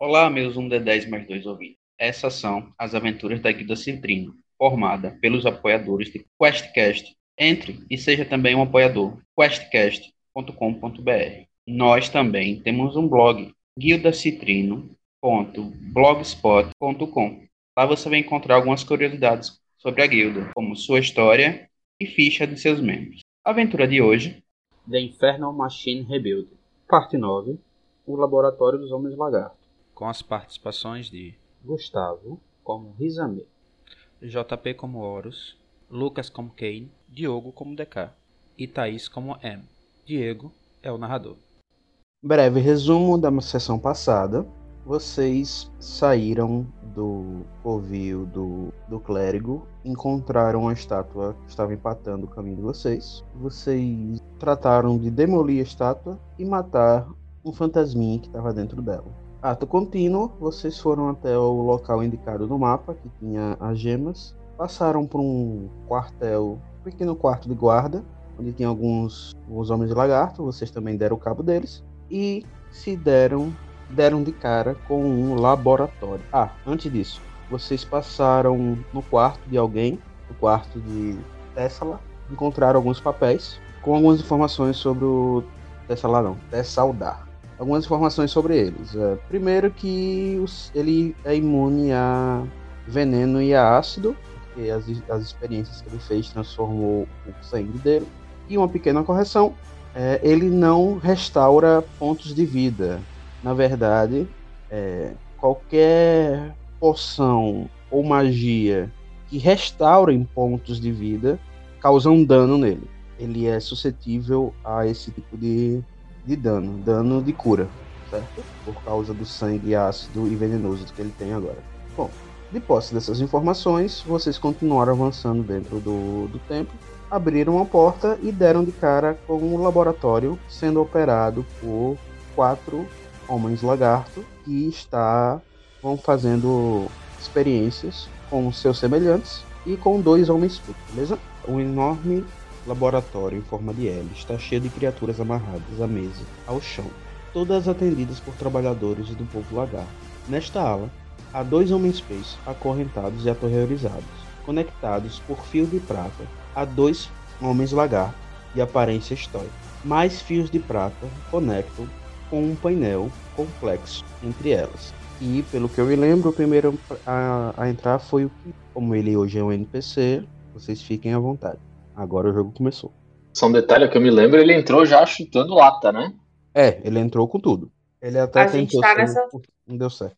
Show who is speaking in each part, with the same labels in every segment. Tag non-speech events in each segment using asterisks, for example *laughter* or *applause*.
Speaker 1: Olá, meus 1 de 10 mais 2 ouvintes. Essas são as aventuras da Guilda Cintrino, formada pelos apoiadores de QuestCast. Entre e seja também um apoiador, questcast.com.br. Nós também temos um blog, guildacitrino.blogspot.com. Lá você vai encontrar algumas curiosidades sobre a guilda, como sua história e ficha de seus membros. A aventura de hoje,
Speaker 2: The Infernal Machine Rebuild, parte 9, O Laboratório dos Homens Lagarto,
Speaker 3: com as participações de
Speaker 2: Gustavo como Rizame,
Speaker 3: JP como Horus, Lucas como Kane, Diogo como DK e Thaís como M. Diego é o narrador.
Speaker 4: Breve resumo da sessão passada. Vocês saíram do covil do, do clérigo, encontraram a estátua que estava empatando o caminho de vocês. Vocês trataram de demolir a estátua e matar um fantasminha que estava dentro dela. Ato contínuo, vocês foram até o local indicado no mapa, que tinha as gemas, passaram por um quartel, um pequeno quarto de guarda, onde tinha alguns, alguns homens de lagarto, vocês também deram o cabo deles, e se deram deram de cara com um laboratório. Ah, antes disso, vocês passaram no quarto de alguém, no quarto de Tessala, encontraram alguns papéis com algumas informações sobre o Tessala não, Tessaldar. Algumas informações sobre eles. É, primeiro que os- ele é imune a veneno e a ácido, porque as, as experiências que ele fez transformou o sangue dele. E uma pequena correção, é, ele não restaura pontos de vida, na verdade, é, qualquer poção ou magia que restaurem pontos de vida causam dano nele. Ele é suscetível a esse tipo de, de dano, dano de cura, certo? Por causa do sangue ácido e venenoso que ele tem agora. Bom, de posse dessas informações, vocês continuaram avançando dentro do, do templo, abriram uma porta e deram de cara com um laboratório sendo operado por quatro homens lagarto que está vão fazendo experiências com seus semelhantes e com dois homens putos, beleza? Um enorme laboratório em forma de L está cheio de criaturas amarradas à mesa, ao chão, todas atendidas por trabalhadores do povo lagarto. Nesta ala, há dois homens peixes acorrentados e aterrorizados, conectados por fio de prata a dois homens lagarto de aparência estoica. Mais fios de prata conectam com um painel complexo entre elas. E, pelo que eu me lembro, o primeiro a, a entrar foi o que, como ele hoje é um NPC, vocês fiquem à vontade. Agora o jogo começou.
Speaker 5: Só um detalhe que eu me lembro, ele entrou já chutando lata, né?
Speaker 4: É, ele entrou com tudo. Ele até
Speaker 6: A gente
Speaker 4: tentou
Speaker 6: tá
Speaker 4: ser- um
Speaker 6: nessa-
Speaker 4: Não deu certo.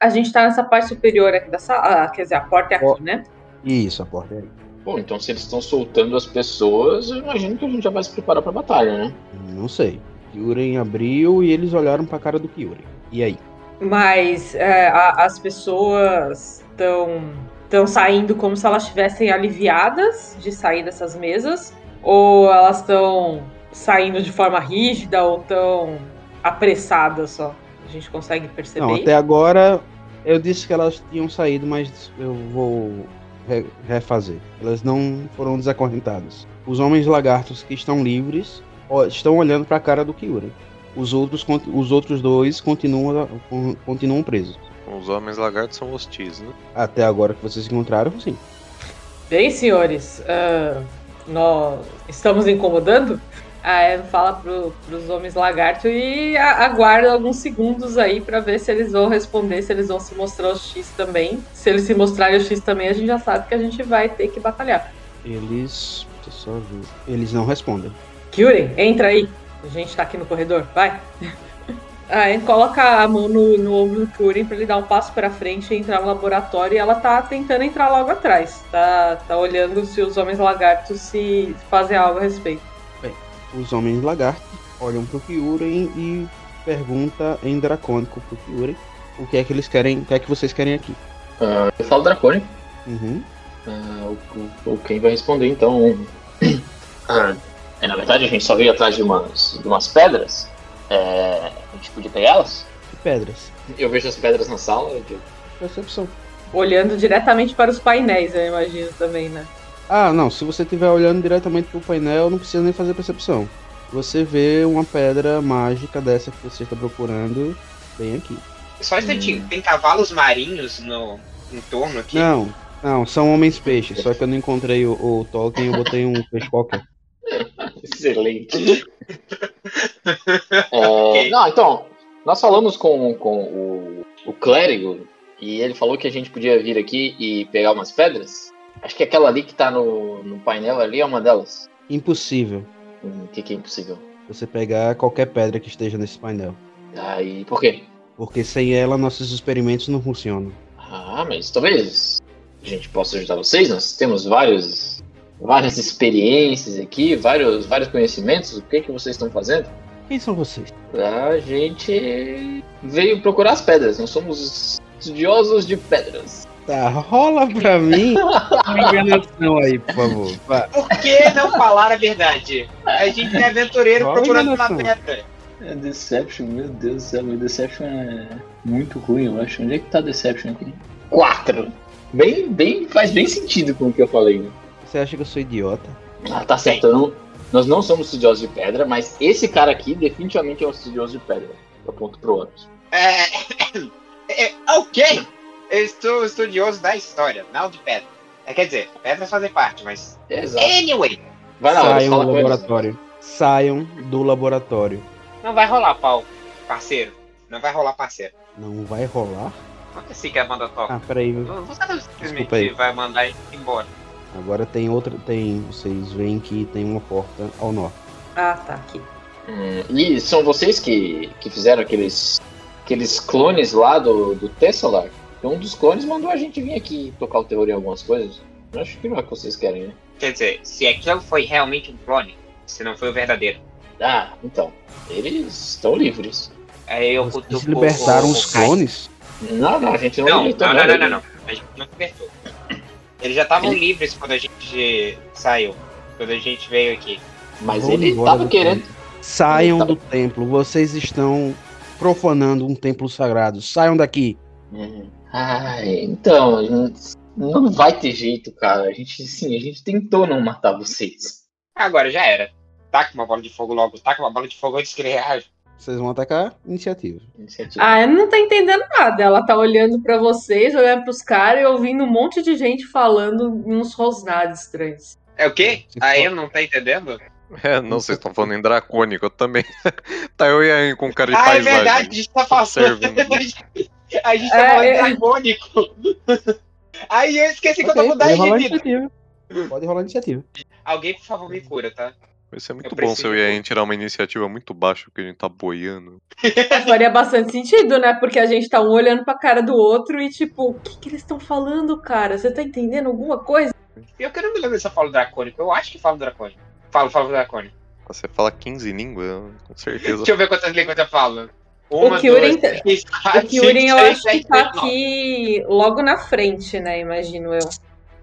Speaker 6: A gente tá nessa parte superior aqui da sala. Ah, quer dizer, a porta é aqui,
Speaker 4: Ó.
Speaker 6: né?
Speaker 4: Isso, a porta é aí.
Speaker 5: Bom, então se eles estão soltando as pessoas, eu imagino que a gente já vai se preparar pra batalha, né?
Speaker 4: Não sei. Kyuren abriu e eles olharam pra cara do Kyuren. E aí?
Speaker 6: Mas é, a- as pessoas estão estão saindo como se elas estivessem aliviadas de sair dessas mesas, ou elas estão saindo de forma rígida ou tão apressadas só. A gente consegue perceber.
Speaker 4: Não, até agora eu disse que elas tinham saído, mas eu vou re- refazer. Elas não foram desacorrentadas. Os homens lagartos que estão livres ó, estão olhando para a cara do Kyuri. Os outros, con- os outros dois continuam, con- continuam presos.
Speaker 7: Os homens lagartos são hostis, né?
Speaker 4: Até agora que vocês encontraram, sim.
Speaker 6: Bem, senhores, ah, nós estamos incomodando? A Eve fala pro, pros homens lagarto e a- aguarda alguns segundos aí pra ver se eles vão responder, se eles vão se mostrar os X também. Se eles se mostrarem os X também, a gente já sabe que a gente vai ter que batalhar.
Speaker 4: Eles. deixa eu só ver. Eles não respondem.
Speaker 6: Kyuren, entra aí. A gente tá aqui no corredor, vai. *laughs* A Eve coloca a mão no, no ombro do Kyuren pra ele dar um passo pra frente e entrar no laboratório e ela tá tentando entrar logo atrás. Tá, tá olhando se os homens lagartos se fazem algo a respeito.
Speaker 4: Os homens lagartos olham pro Kyuren e pergunta em dracônico pro Kyuren o que é que eles querem, o que é que vocês querem aqui.
Speaker 5: Ah, eu falo Dracone.
Speaker 4: Uhum.
Speaker 5: Ah, o, o, o Ken vai responder, então. *clears throat* Ah, é, na verdade, a gente só veio atrás de umas, de umas pedras. É, a gente podia pegar elas?
Speaker 4: E pedras.
Speaker 5: Eu vejo as pedras na sala. eu digo,
Speaker 4: Percepção.
Speaker 6: Olhando diretamente para os painéis, eu imagino também, né?
Speaker 4: Ah, não. Se você estiver olhando diretamente pro painel, não precisa nem fazer percepção. Você vê uma pedra mágica dessa que você está procurando tá bem aqui.
Speaker 8: Só um instantinho, tem cavalos marinhos no entorno aqui?
Speaker 4: Não, não, são homens peixes, só que eu não encontrei o, o Tolkien, eu botei um peixe qualquer.
Speaker 9: Excelente. É, não, então, nós falamos com, com o, o clérigo e ele falou que a gente podia vir aqui e pegar umas pedras. Acho que aquela ali que tá no, no painel ali é uma delas.
Speaker 4: Impossível
Speaker 9: Hum, O que, que é impossível?
Speaker 4: você pegar qualquer pedra que esteja nesse painel,
Speaker 9: Ah, e por quê?
Speaker 4: porque sem ela nossos experimentos não funcionam.
Speaker 9: Ah, mas talvez a gente possa ajudar vocês. Nós temos vários, várias experiências aqui, vários, vários conhecimentos. O que, que vocês estão fazendo?
Speaker 4: Quem são vocês?
Speaker 9: A gente veio procurar as pedras. Nós somos estudiosos de pedras.
Speaker 4: Tá, rola pra mim uma enganação aí, por favor. Vá.
Speaker 8: Por que não falar a verdade? A gente é aventureiro
Speaker 4: Olha
Speaker 8: procurando
Speaker 4: só.
Speaker 8: uma pedra.
Speaker 10: É Deception, meu Deus do céu, meu Deception é muito ruim, eu acho. Onde é que tá Deception aqui?
Speaker 9: Quatro. Bem, bem, faz bem sentido com o que eu falei. né?
Speaker 4: Você acha que eu sou idiota?
Speaker 9: Ah, tá certo. eu não- nós não somos estudiosos de pedra, mas esse cara aqui definitivamente é um estudioso de pedra. Eu aponto pro outro.
Speaker 8: É... *coughs* é, ok, eu estou estudioso da história, não de pedra. É, quer dizer, pedras fazem parte, mas...
Speaker 9: Exato.
Speaker 8: Anyway,
Speaker 9: Vai lá, Horus,
Speaker 4: Saiam
Speaker 9: fala
Speaker 4: do
Speaker 9: com eles.
Speaker 4: laboratório. Saiam do laboratório.
Speaker 8: não vai rolar, pau, parceiro. Não vai rolar, parceiro.
Speaker 4: Não vai rolar?
Speaker 8: Quanto assim que a banda toca?
Speaker 4: Ah, peraí.
Speaker 8: Você não
Speaker 4: Desculpa aí.
Speaker 8: simplesmente vai mandar ele embora.
Speaker 4: Agora tem outra. Tem. Vocês veem que tem uma porta ao norte.
Speaker 6: Ah, tá, aqui.
Speaker 9: Hum, e são vocês que, que fizeram aqueles, aqueles clones lá do, do Tesselar? Então, um dos clones mandou a gente vir aqui tocar o terror em algumas coisas. Eu acho que não é o que vocês querem, né?
Speaker 8: Quer dizer, se aquilo foi realmente um clone, se não foi o verdadeiro.
Speaker 9: Ah, então. Eles estão livres.
Speaker 8: Aí eu
Speaker 4: Vocês
Speaker 9: um
Speaker 8: cutuco
Speaker 4: libertaram
Speaker 8: o-
Speaker 4: os
Speaker 8: o Kai.
Speaker 4: clones?
Speaker 9: Não, não, a gente não né?
Speaker 8: Não,
Speaker 9: libertou
Speaker 8: não, não,
Speaker 9: nada.
Speaker 8: não, não, não. A gente não libertou. Eles já estavam livres quando a gente saiu. Quando a gente veio aqui.
Speaker 9: Mas
Speaker 4: Vão
Speaker 9: ele
Speaker 4: embora
Speaker 9: tava
Speaker 4: do
Speaker 9: querendo.
Speaker 4: Saiam
Speaker 9: Tá.
Speaker 4: do templo. Vocês estão profanando um templo sagrado. Saiam daqui.
Speaker 9: Uhum. Ai, então, a gente- não vai ter jeito, cara. A gente, sim, a gente tentou não matar vocês.
Speaker 8: Agora já era. Taca uma bola de fogo logo, taca uma bola de fogo antes que ele reaja.
Speaker 4: Vocês vão atacar? Iniciativa.
Speaker 9: Iniciativa.
Speaker 8: Ah.
Speaker 6: A Anne não tá entendendo nada. Ela tá olhando pra vocês, olhando pros caras e ouvindo um monte de gente falando uns rosnados estranhos.
Speaker 8: É o quê?
Speaker 4: Você
Speaker 8: Aí
Speaker 4: fala-
Speaker 8: eu não tá entendendo?
Speaker 7: É, não, vocês estão falando em dracônico, eu também. *laughs* tá eu e a Anne com cara de
Speaker 8: Ah, é
Speaker 7: paisagem.
Speaker 8: verdade, a gente tá passando.
Speaker 7: Observando.
Speaker 8: *laughs* a
Speaker 6: É,
Speaker 8: gente tá falando
Speaker 6: é.
Speaker 8: carbônico. *laughs* Aí eu esqueci que eu tô
Speaker 4: Ok,
Speaker 8: com 10
Speaker 4: pode
Speaker 8: de
Speaker 4: rolar
Speaker 8: vida.
Speaker 4: iniciativa. Pode rolar iniciativa.
Speaker 8: Alguém, por favor, me cura, tá?
Speaker 7: Vai ser muito
Speaker 8: Eu
Speaker 7: bom se eu e a
Speaker 8: preciso-
Speaker 7: Anne tirar uma iniciativa muito baixa, porque a gente tá boiando.
Speaker 6: Faria bastante sentido, né? Porque a gente tá um olhando pra cara do outro e tipo, o que, que eles estão falando, cara? Você tá entendendo alguma coisa?
Speaker 8: Eu que não me lembro se eu falo dracônico. Eu acho que falo dracônico. Falo, falo dracônico.
Speaker 7: Você fala 15 línguas, com certeza.
Speaker 8: Deixa eu ver quantas línguas eu falo.
Speaker 6: O Kyurem tá-
Speaker 8: três,
Speaker 6: O
Speaker 8: quatro,
Speaker 6: Kyurem, eu
Speaker 8: cinco, seis,
Speaker 6: acho que
Speaker 8: sete,
Speaker 6: tá
Speaker 8: oito, nove.
Speaker 6: aqui logo na frente, né? Imagino eu.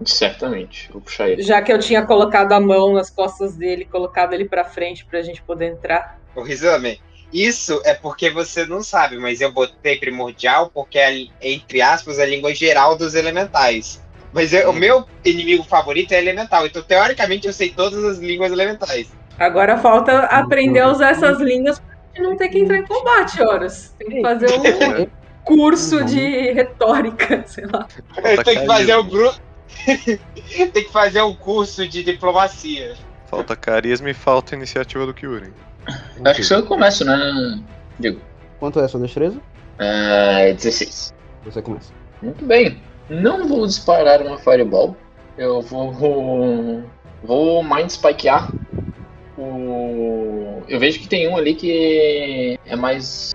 Speaker 9: Certamente, vou puxar ele.
Speaker 6: Já que eu tinha colocado a mão nas costas dele, colocado ele pra frente pra gente poder entrar.
Speaker 8: O Rizame, isso é porque você não sabe, mas eu botei primordial porque é, entre aspas, a língua geral dos elementais. Mas eu- o meu inimigo favorito é elemental, então teoricamente eu sei todas as línguas elementais.
Speaker 6: Agora falta aprender a usar essas línguas pra gente não ter que entrar em combate, horas. Tem que fazer um curso de retórica, *laughs* sei lá.
Speaker 8: Eu tenho que
Speaker 7: carisma.
Speaker 8: fazer um grupo. *laughs* Tem que fazer um curso de diplomacia.
Speaker 7: Falta carisma e falta iniciativa do Kyurem.
Speaker 9: Acho que só eu começo, né?
Speaker 4: Quanto é a sua destreza?
Speaker 9: É, 16.
Speaker 4: Você começa.
Speaker 9: Muito bem. Não vou disparar uma Fireball. Eu vou. Vou Mind Spikear. O... Eu vejo que tem um ali que é mais.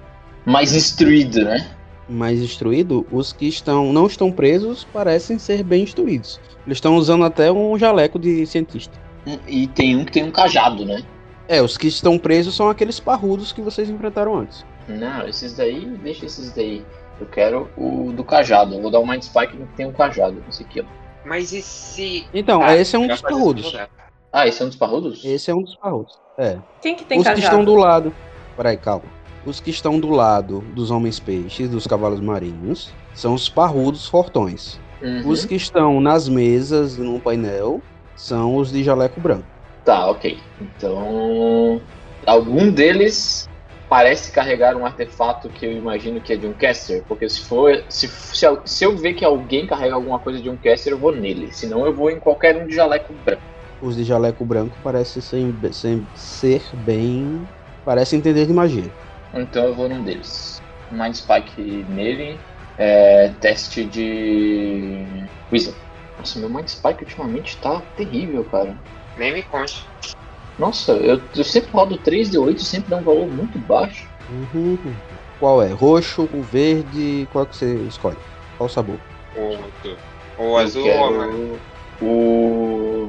Speaker 9: Mais instruído, né?
Speaker 4: mais instruído, os que estão não estão presos parecem ser bem instruídos. Eles estão usando até um jaleco de cientista.
Speaker 9: E tem um que tem um cajado, né?
Speaker 4: É, os que estão presos são aqueles parrudos que vocês enfrentaram antes.
Speaker 9: Não, esses daí. Deixa esses daí. Eu quero o do cajado. Eu vou dar um Mind Spike no que tem um cajado. Esse aqui, ó.
Speaker 8: Mas e se.
Speaker 4: Então,
Speaker 8: Ah,
Speaker 4: esse é um
Speaker 8: já
Speaker 4: dos
Speaker 8: faz
Speaker 4: parrudos.
Speaker 8: isso mudar?
Speaker 9: Ah, esse é um dos parrudos?
Speaker 4: Esse é um dos parrudos. É.
Speaker 6: Quem que tem
Speaker 4: os que
Speaker 6: cajado?
Speaker 4: estão do lado. Peraí, calma. Os que estão do lado dos homens peixes, dos cavalos marinhos, são os parrudos fortões.
Speaker 9: Uhum.
Speaker 4: Os que estão nas mesas, no painel, são os de jaleco branco.
Speaker 9: Tá, ok. Então. Algum deles parece carregar um artefato que eu imagino que é de um caster, porque se for, se, se, al- se eu ver que alguém carrega alguma coisa de um caster, eu vou nele, senão eu vou em qualquer um de jaleco branco.
Speaker 4: Os de jaleco branco parecem ser, ser, ser bem. Parecem entender de magia.
Speaker 9: Então eu vou num deles. Um Mind Spike nele, é, teste de Wizard. Nossa, meu Mind Spike ultimamente tá terrível, cara.
Speaker 8: Nem me conte.
Speaker 9: Nossa, eu, eu sempre rodo 3D8 e sempre dá um valor muito baixo.
Speaker 4: Uhum. Qual é? Roxo, o verde? Qual é que você escolhe? Qual o sabor?
Speaker 8: Outro. Ou
Speaker 9: Eu
Speaker 8: azul ou amarelo.
Speaker 9: quero o...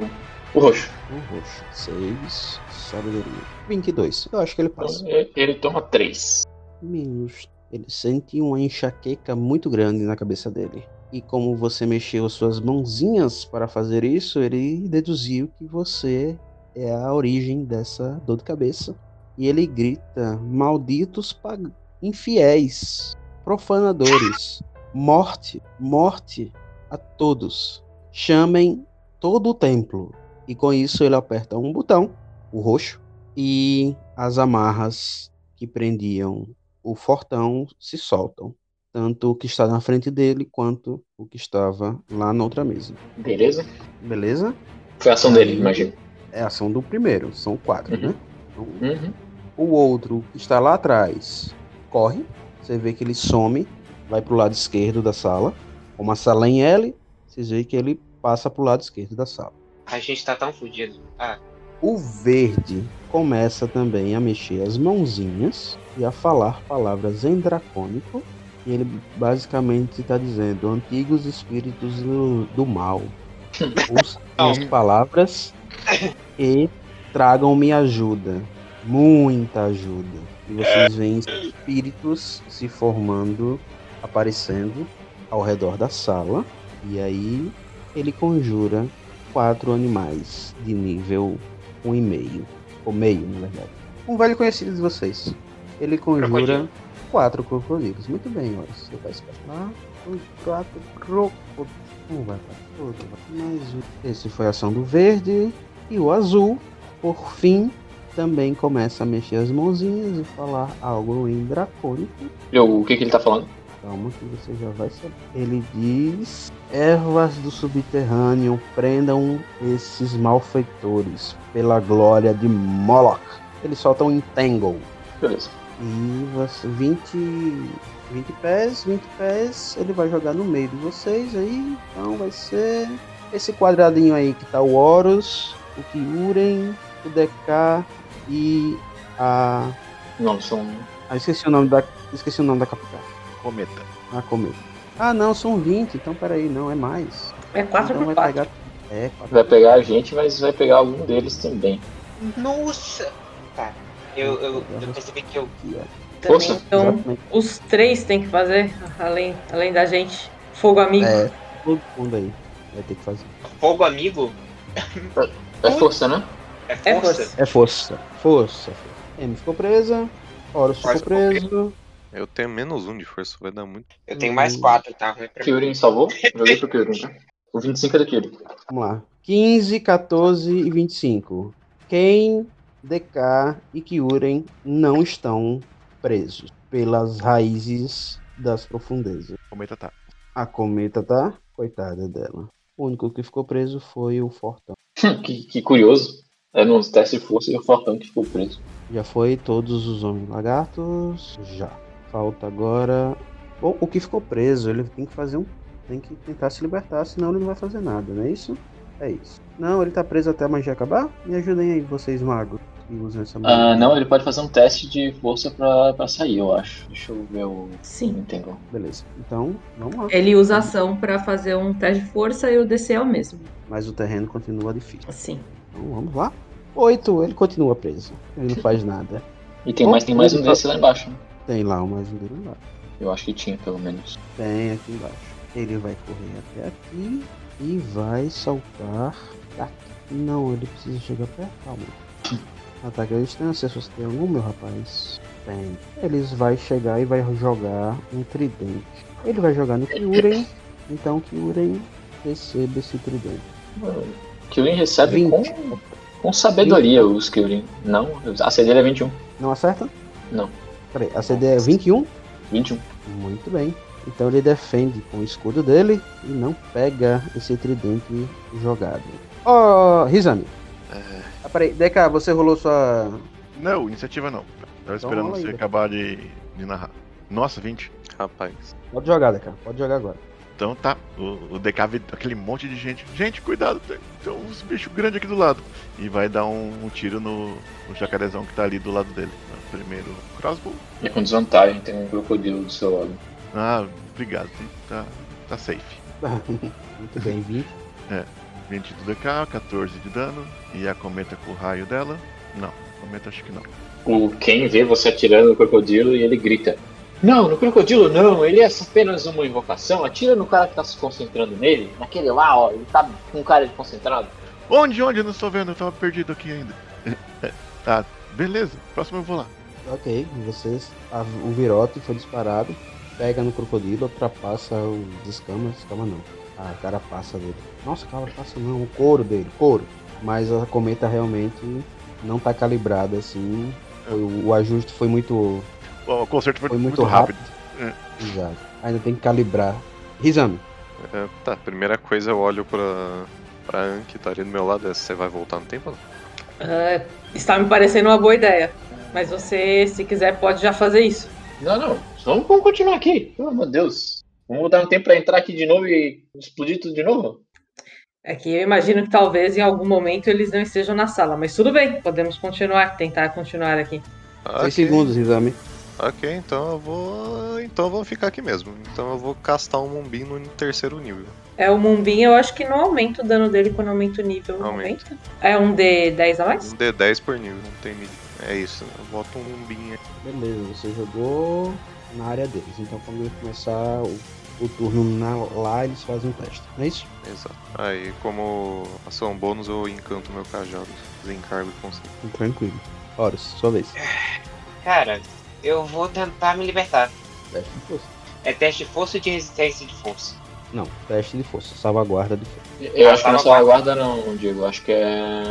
Speaker 9: o roxo.
Speaker 4: Um roxo. 6. Sabedoria. 22. Eu acho que ele
Speaker 9: Então,
Speaker 4: passa.
Speaker 9: e- ele toma 3.
Speaker 4: Menos. Ele sente uma enxaqueca muito grande na cabeça dele. E como você mexeu suas mãozinhas para fazer isso, ele deduziu que você é a origem dessa dor de cabeça. E ele grita: Malditos pag... infiéis, profanadores, morte, morte a todos. Chamem todo o templo. E com isso ele aperta um botão, o roxo, e as amarras que prendiam o fortão se soltam. Tanto o que está na frente dele quanto o que estava lá na outra mesa.
Speaker 9: Beleza?
Speaker 4: Beleza?
Speaker 9: Foi a ação dele, imagino.
Speaker 4: É a ação do primeiro, são quatro, né? Então,
Speaker 9: Uhum.
Speaker 4: o outro que está lá atrás corre. Você vê que ele some, vai pro lado esquerdo da sala. Como a sala é em L, vocês veem que ele passa pro lado esquerdo da sala.
Speaker 8: A gente tá tão fudido. Ah,
Speaker 4: O verde começa também a mexer as mãozinhas e a falar palavras em dracônico. E ele basicamente está dizendo antigos espíritos do, do mal. Ouçam as palavras e tragam-me ajuda. Muita ajuda. E vocês veem espíritos se formando, aparecendo ao redor da sala. E aí ele conjura quatro animais de nível um e meio. Ou meio, na verdade. Um velho conhecido de vocês. Ele conjura
Speaker 8: Crocodilo.
Speaker 4: quatro crocodilos. Muito bem, olha. Você vai esperar. Os quatro crocodilos. Um vai pra outro, vai pra mais um. Esse foi a ação do verde. E o azul, por fim, também começa a mexer as mãozinhas e falar algo em dracônico.
Speaker 9: Eu- o que, que ele tá falando?
Speaker 4: Calma que você já vai saber. Ele diz: Ervas do subterrâneo, prendam esses malfeitores pela glória de Moloch. Eles soltam Entangle.
Speaker 9: Beleza.
Speaker 4: E você, 20, 20 pés, 20 pés, ele vai jogar no meio de vocês aí. Então vai ser esse quadradinho aí que tá o Horus, o Kyuren, o DK e a.
Speaker 9: Não, são.
Speaker 4: Ah, esqueci o nome da. Esqueci o nome da capital.
Speaker 11: Cometa.
Speaker 4: Ah, cometa. Ah, não, são 20, então peraí, não, é mais.
Speaker 6: É 4
Speaker 4: então
Speaker 6: por
Speaker 4: vai
Speaker 6: 4
Speaker 4: pegar. É, 4
Speaker 9: Vai pegar a gente, mas vai pegar algum deles também.
Speaker 8: nossa! Tá. Eu, eu, eu percebi que eu.
Speaker 6: também.
Speaker 9: Força.
Speaker 6: Então, os três tem que fazer, além, além da gente. Fogo amigo.
Speaker 4: É, todo mundo aí vai ter que fazer.
Speaker 8: Fogo amigo?
Speaker 9: É força, né?
Speaker 8: É
Speaker 6: É
Speaker 8: força?
Speaker 6: força.
Speaker 4: É força, força. força. M ficou presa, Horus
Speaker 8: Mas
Speaker 4: ficou preso.
Speaker 7: Eu tenho menos um de força, vai dar muito.
Speaker 8: Eu tenho mais quatro, tá? Vai pra-
Speaker 9: Kyurin salvou? Joguei pro Kyurin, tá? O 25 é do Kyurin.
Speaker 4: Vamos lá. 15, 14 e 25. Quem, DK e Kyuren não estão presos pelas raízes das profundezas.
Speaker 11: Cometa tá.
Speaker 4: A cometa tá? Coitada dela. O único que ficou preso foi o Fortão.
Speaker 9: Hum, que, que curioso. É nos testes de força e o Fortão que ficou preso.
Speaker 4: Já foi todos os homens lagartos? Já. Falta agora. Bom, o que ficou preso, ele tem que fazer um. Tem que tentar se libertar, senão ele não vai fazer nada, não é isso? É isso. Não, ele tá preso até a magia acabar? Me ajudem aí, vocês magos. que usam essa magia.
Speaker 9: Ah, não, ele pode fazer um teste de força pra, pra sair, eu acho. Deixa eu ver o.
Speaker 6: Sim.
Speaker 9: Entendo.
Speaker 4: Beleza. Então, vamos lá.
Speaker 6: Ele usa ação pra fazer um teste de força e o DC é o mesmo.
Speaker 4: Mas o terreno continua difícil.
Speaker 6: Sim.
Speaker 4: Então, vamos lá. Oito, ele continua preso. Ele não faz nada.
Speaker 9: E tem mais, tem mais um desse lá embaixo. né?
Speaker 4: Tem lá o mais um dele lá.
Speaker 9: Eu acho que tinha, pelo menos.
Speaker 4: Tem aqui embaixo. Ele vai correr até aqui e vai saltar daqui. Não, ele precisa chegar perto. Calma. Ataque à distância, se você tem algum, meu rapaz. Tem. Eles vai chegar e vai jogar um tridente. Ele vai jogar no Kyuren. Então Kyuren receba esse tridente.
Speaker 9: Kyurin recebe com,
Speaker 4: 20.
Speaker 9: com sabedoria os Kyurin. Não, a CD é 21.
Speaker 4: Não acerta?
Speaker 9: Não.
Speaker 4: Peraí, a CD é 21?
Speaker 9: 21.
Speaker 4: Muito bem. Então ele defende com o escudo dele e não pega esse tridente jogado. Ó, oh, Rizami. Ah, peraí, DK, você rolou sua.
Speaker 12: Não, iniciativa não. Tava esperando
Speaker 4: rola aí,
Speaker 12: você
Speaker 4: Beto.
Speaker 12: acabar de, de narrar. Nossa, 20.
Speaker 7: Rapaz.
Speaker 4: Pode jogar, DK, pode jogar agora.
Speaker 12: Então tá, o, o DK vê aquele monte de gente. Gente, cuidado, tem, tem uns bichos grandes aqui do lado. E vai dar um, um tiro no, no jacarezão que tá ali do lado dele. Primeiro, crossbow.
Speaker 9: É com desvantagem, tem um crocodilo do seu lado.
Speaker 12: Ah, obrigado, tem- tá, tá safe.
Speaker 4: *laughs* Muito bem, 20.
Speaker 12: 20 do DK, 14 de dano. E a cometa com o raio dela? Não, cometa acho que não.
Speaker 9: O Ken vê você atirando no crocodilo e ele grita. Não, no crocodilo não, ele é apenas uma invocação. Atira no cara que tá se concentrando nele, naquele lá, ó, ele tá com cara de concentrado.
Speaker 12: Onde, onde? Eu não estou vendo, eu tava perdido aqui ainda. tá, beleza, próximo eu vou lá.
Speaker 4: Ok, vocês. a- o virote foi disparado, pega no crocodilo, ultrapassa os escamas. Escama não. Ah, A carapaça dele. Nossa, carapaça não, o couro dele, couro. Mas a cometa realmente não tá calibrada assim. Foi- o ajuste foi muito
Speaker 12: Ó, O concerto foi,
Speaker 4: Foi muito, rápido. É. Exato. Ainda tem que calibrar. Rizame.
Speaker 7: É, tá, primeira coisa eu olho pra, pra An, que tá ali do meu lado. é, Você vai voltar no tempo? ou não?
Speaker 6: Ah, está me parecendo uma boa ideia. Mas você, se quiser, pode já fazer isso.
Speaker 9: Não, não, vamos, vamos continuar aqui, pelo amor de Deus. Vamos dar um tempo pra entrar aqui de novo e explodir tudo de novo?
Speaker 6: É que eu imagino que talvez em algum momento eles não estejam na sala, mas tudo bem, podemos continuar, tentar continuar aqui.
Speaker 7: Ah,
Speaker 4: seis segundos, Rizame.
Speaker 7: Ok, então eu vou. Então vamos ficar aqui mesmo. Então eu vou castar um mumbim no terceiro nível.
Speaker 6: É o Mumbin, eu acho que não aumenta o dano dele quando aumenta o nível. não
Speaker 7: Aumenta.
Speaker 6: Aumenta? É um D10 a mais?
Speaker 7: Um D10 por nível, não tem nível. É isso, eu boto um mumbim aqui.
Speaker 4: Beleza, você jogou na área deles. Então quando ele começar o, o turno na- lá, eles fazem o teste. Não é isso?
Speaker 7: Exato. Aí, como ação bônus, eu encanto meu cajado. Desencargo e consigo.
Speaker 4: Tranquilo. Horus, sua vez.
Speaker 6: É.
Speaker 8: Cara, eu vou tentar me libertar.
Speaker 4: Teste de força.
Speaker 8: É teste de força ou de resistência de força?
Speaker 4: Não, teste de força. Salvaguarda de força.
Speaker 9: Eu acho que não é só aguarda não, Diego. Acho que é.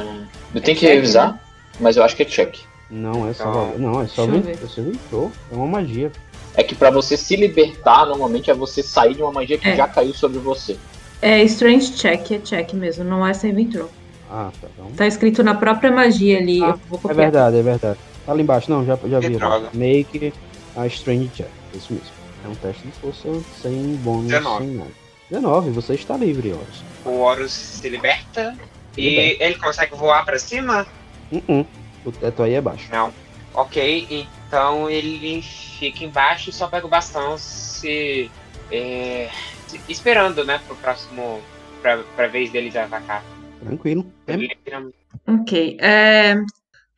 Speaker 9: Eu tenho que
Speaker 6: check,
Speaker 9: revisar, mas eu acho que é check.
Speaker 4: Não é
Speaker 8: Então,
Speaker 4: salvaguarda. Não, é só
Speaker 6: deixa eu
Speaker 4: vem-
Speaker 6: ver.
Speaker 4: Você ventou. É uma magia.
Speaker 9: É que pra você se libertar, normalmente é você sair de uma magia que já caiu sobre você.
Speaker 6: É Strange Check, é check mesmo, não é Saving Throw.
Speaker 4: Ah, tá. Então.
Speaker 6: Tá escrito na própria magia ali,
Speaker 4: Ah,
Speaker 6: eu vou
Speaker 4: É
Speaker 6: copiar.
Speaker 4: verdade, é verdade. Tá lá embaixo, não, já, já
Speaker 8: Que
Speaker 4: vi.
Speaker 8: droga.
Speaker 4: Make a strange check. É isso mesmo. É um teste de força sem bônus,
Speaker 8: 19.
Speaker 4: sem nada. 19, você está livre, Horus.
Speaker 8: O Horus se liberta e
Speaker 4: Liberta.
Speaker 8: ele consegue voar pra cima?
Speaker 4: Uh-uh. O teto aí é baixo.
Speaker 8: Ok, então ele fica embaixo e só pega o bastão se. é, se- esperando, né, pro próximo. pra, pra vez deles atacar.
Speaker 4: Tranquilo. É,
Speaker 8: Ele um- vira-
Speaker 6: Ok. é,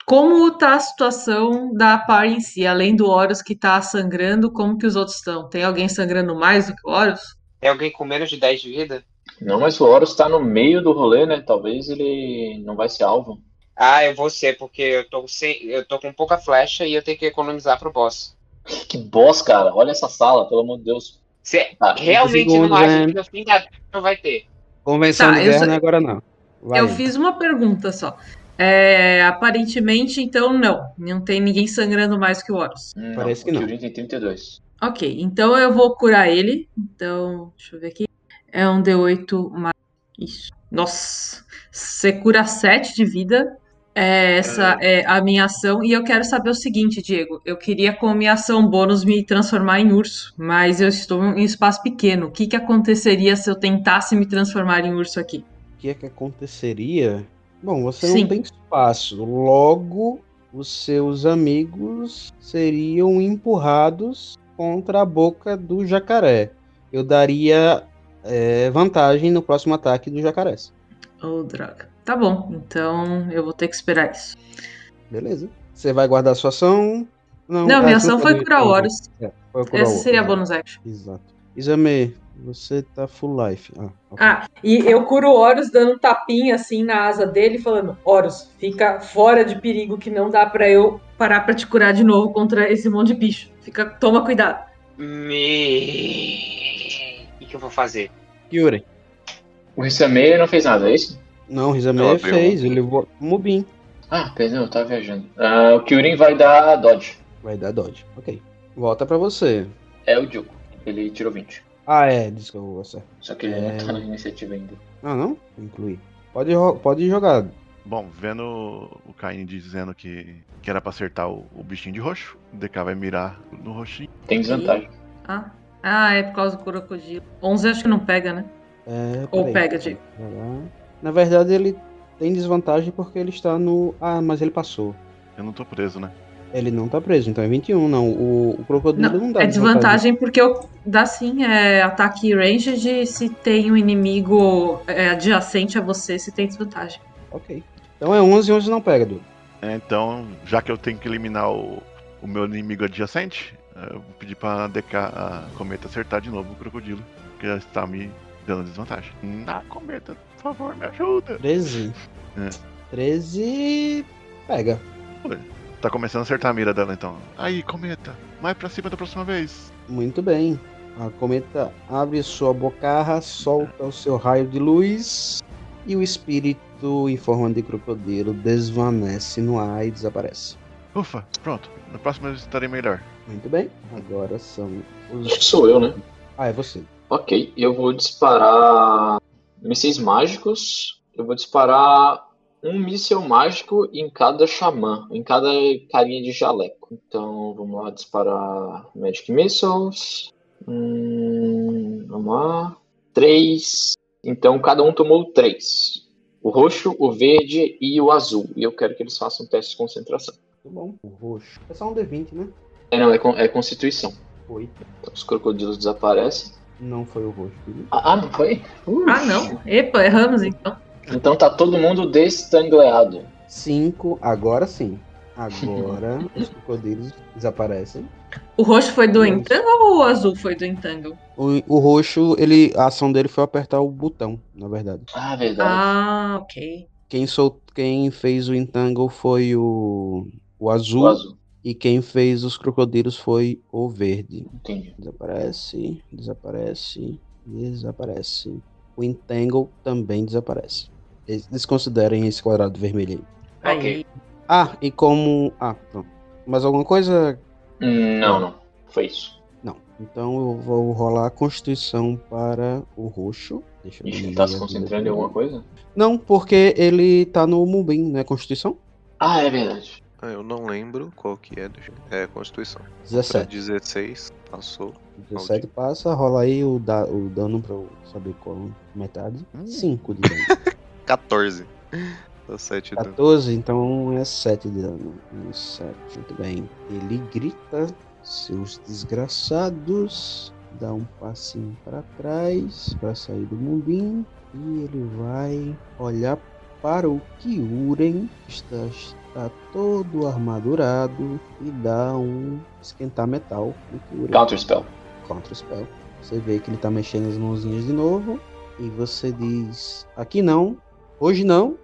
Speaker 6: Como tá a situação da par em si, além do Horus que tá sangrando, como que os outros estão? Tem alguém sangrando mais do que o Horus?
Speaker 8: Tem alguém com menos de 10 de vida?
Speaker 9: Não, mas o Horus tá no meio do rolê, né? Talvez ele não vai ser alvo.
Speaker 8: Ah, eu vou ser, porque eu tô, sem, eu tô com pouca flecha e eu tenho que economizar pro boss.
Speaker 9: Que boss, cara. Olha essa sala, pelo amor de Deus.
Speaker 8: Você
Speaker 9: Ah,
Speaker 8: é, realmente não
Speaker 4: segundos,
Speaker 8: acha
Speaker 4: né?
Speaker 8: que no fim da não vai ter.
Speaker 4: Convenção
Speaker 6: Tá,
Speaker 4: de
Speaker 6: eu
Speaker 4: guerra
Speaker 6: só-
Speaker 4: não é agora não. Vai.
Speaker 6: Eu fiz uma pergunta só. É, aparentemente, então, não. Não tem ninguém sangrando mais que o Horus.
Speaker 9: Hum, Não,
Speaker 4: Parece que
Speaker 9: o
Speaker 4: não.
Speaker 9: Kyurin tem 32.
Speaker 6: Ok, então eu vou curar ele. Então, deixa eu ver aqui. É um D8 mais. Isso. Nossa! Você cura 7 de vida. É, essa é a minha ação. E eu quero saber o seguinte, Diego. Eu queria, com minha ação bônus, me transformar em urso. Mas eu estou em um espaço pequeno. O que, que aconteceria se eu tentasse me transformar em urso aqui?
Speaker 4: O que é que aconteceria? Bom, você
Speaker 6: Sim.
Speaker 4: não tem espaço. Logo, os seus amigos seriam empurrados contra a boca do jacaré. Eu daria é, vantagem no próximo ataque do jacaré.
Speaker 6: Oh, droga. Tá bom, então eu vou ter que esperar isso.
Speaker 4: Beleza? Você vai guardar sua ação?
Speaker 6: Não,
Speaker 4: é,
Speaker 6: minha
Speaker 4: você
Speaker 6: ação foi
Speaker 4: também-
Speaker 6: curar Horus.
Speaker 4: É, foi curar né?
Speaker 6: Essa
Speaker 4: Horus.
Speaker 6: seria a bonus action.
Speaker 4: Exato. Exame, você tá full life. Ah, ok.
Speaker 6: Ah, e eu curo o Horus dando um tapinha assim na asa dele, falando: Horus, fica fora de perigo que não dá pra eu parar pra te curar de novo contra esse monte de bicho. Fica, toma cuidado.
Speaker 8: Me. O que, que eu vou fazer?
Speaker 6: Ah.
Speaker 4: Kyurem.
Speaker 9: O Rissamei não fez nada, é isso?
Speaker 4: Não, é
Speaker 7: Ela
Speaker 4: Rizame
Speaker 7: abriu.
Speaker 4: fez, ele voou. Mubim.
Speaker 9: Ah, perdão, eu tava viajando. Ah, o Kyurin vai dar dodge.
Speaker 4: Vai dar dodge. Ok. Volta pra você.
Speaker 9: É o Diogo. Ele tirou 20.
Speaker 4: Ah, é, diz que eu vou acertar.
Speaker 9: Só que ele
Speaker 4: É.
Speaker 9: não tá na iniciativa ainda.
Speaker 4: Ah, não? Incluir. Pode, ro- pode jogar.
Speaker 12: Bom, vendo o Caim dizendo que, que era pra acertar o, o bichinho de roxo, o DK vai mirar no roxinho.
Speaker 9: Tem desvantagem.
Speaker 6: Ah. ah, é por causa do crocodilo. 11 acho que não pega, né?
Speaker 4: É,
Speaker 6: Ou
Speaker 4: peraí.
Speaker 6: pega, Diego.
Speaker 4: Jogar. Na verdade, ele tem desvantagem porque ele está no. Ah, mas ele passou.
Speaker 12: Eu não tô preso, né?
Speaker 4: Ele não tá preso, então é 21, não. O, o crocodilo não, dá
Speaker 6: é desvantagem porque eu, dá sim, é ataque range de se tem um inimigo é, adjacente a você, se tem desvantagem.
Speaker 4: Ok. Então é 11 e 11 não pega, Dudu.
Speaker 12: É, então, já que eu tenho que eliminar o, o meu inimigo adjacente, é, eu vou pedir pra DK, a Cometa, acertar de novo o crocodilo, que já está me dando desvantagem. Na Cometa, por favor, me ajuda!
Speaker 4: 13.
Speaker 12: É.
Speaker 4: 13. Pega.
Speaker 12: Tá começando a acertar a mira dela, então. Aí, Cometa, vai pra cima da próxima vez!
Speaker 4: Muito bem. A cometa abre sua bocarra, solta o seu raio de luz e o espírito em forma de crocodilo desvanece no ar e desaparece.
Speaker 12: Ufa, pronto, na próxima vez estarei melhor.
Speaker 4: Muito bem. Agora são
Speaker 9: Acho que
Speaker 4: os.
Speaker 9: sou eu, né?
Speaker 4: Ah, é você.
Speaker 9: Ok, eu vou disparar mísseis mágicos. Eu vou disparar um míssil mágico em cada xamã, em cada carinha de jaleco. Então vamos lá disparar Magic Missiles. Hum, vamos lá. Três. Então cada um tomou três. O roxo, o verde e o azul. E eu quero que eles façam um teste de concentração.
Speaker 4: Muito bom. O roxo. É só um D20, né?
Speaker 9: É, não, é, con- é Constituição.
Speaker 4: Foi.
Speaker 9: Então, os crocodilos desaparecem.
Speaker 4: Não foi o roxo.
Speaker 9: Ah, ah, não foi?
Speaker 6: Ah, não. Epa, erramos então.
Speaker 9: Então tá todo mundo destangleado.
Speaker 4: 5. Agora sim. Agora os crocodilos desaparecem.
Speaker 6: O roxo foi do Entangle ou o azul foi do Entangle?
Speaker 4: O, o roxo, ele, a ação dele foi apertar o botão, na verdade.
Speaker 9: Ah, verdade.
Speaker 6: Ah, ok.
Speaker 4: Quem, sol, quem fez o entangle foi o, o azul.
Speaker 9: O azul.
Speaker 4: E quem fez os crocodilos foi o verde.
Speaker 9: Entendi.
Speaker 4: Desaparece, desaparece, desaparece. O entangle também desaparece. Eles Desconsiderem esse quadrado vermelho aí.
Speaker 6: Aí.
Speaker 9: Ok.
Speaker 4: Ah, e como. Ah, pronto. Mais alguma coisa?
Speaker 9: Hum, Não, não. Foi isso.
Speaker 4: Não. Então eu vou rolar a Constituição para o roxo. Deixa eu
Speaker 9: Ixi,
Speaker 4: diminuir
Speaker 9: tá se
Speaker 4: a
Speaker 9: concentrando em
Speaker 4: vida
Speaker 9: alguma coisa?
Speaker 4: Não, porque ele tá no Mumbim, não é Constituição?
Speaker 9: Ah, é verdade.
Speaker 7: Ah, eu não lembro qual que é. Deixa... eu- É Constituição. Pra
Speaker 4: 17.
Speaker 7: 16, passou.
Speaker 4: 17 passa, rola aí o, da, o dano pra eu saber qual metade.
Speaker 12: Hum.
Speaker 4: 5 *laughs* de dano.
Speaker 7: 14. *laughs* Dá 7 dano.
Speaker 4: 14, então é 7 de dano. Um, sete. muito bem. Ele grita, seus desgraçados, dá um passinho pra trás pra sair do mumbim e ele vai olhar para o Kyuren, está, está todo armadurado e dá um esquentar metal no Kyuren.
Speaker 9: Counter Spell.
Speaker 4: Contra Spell. Você vê que ele tá mexendo as mãozinhas de novo e você diz: aqui não, hoje não.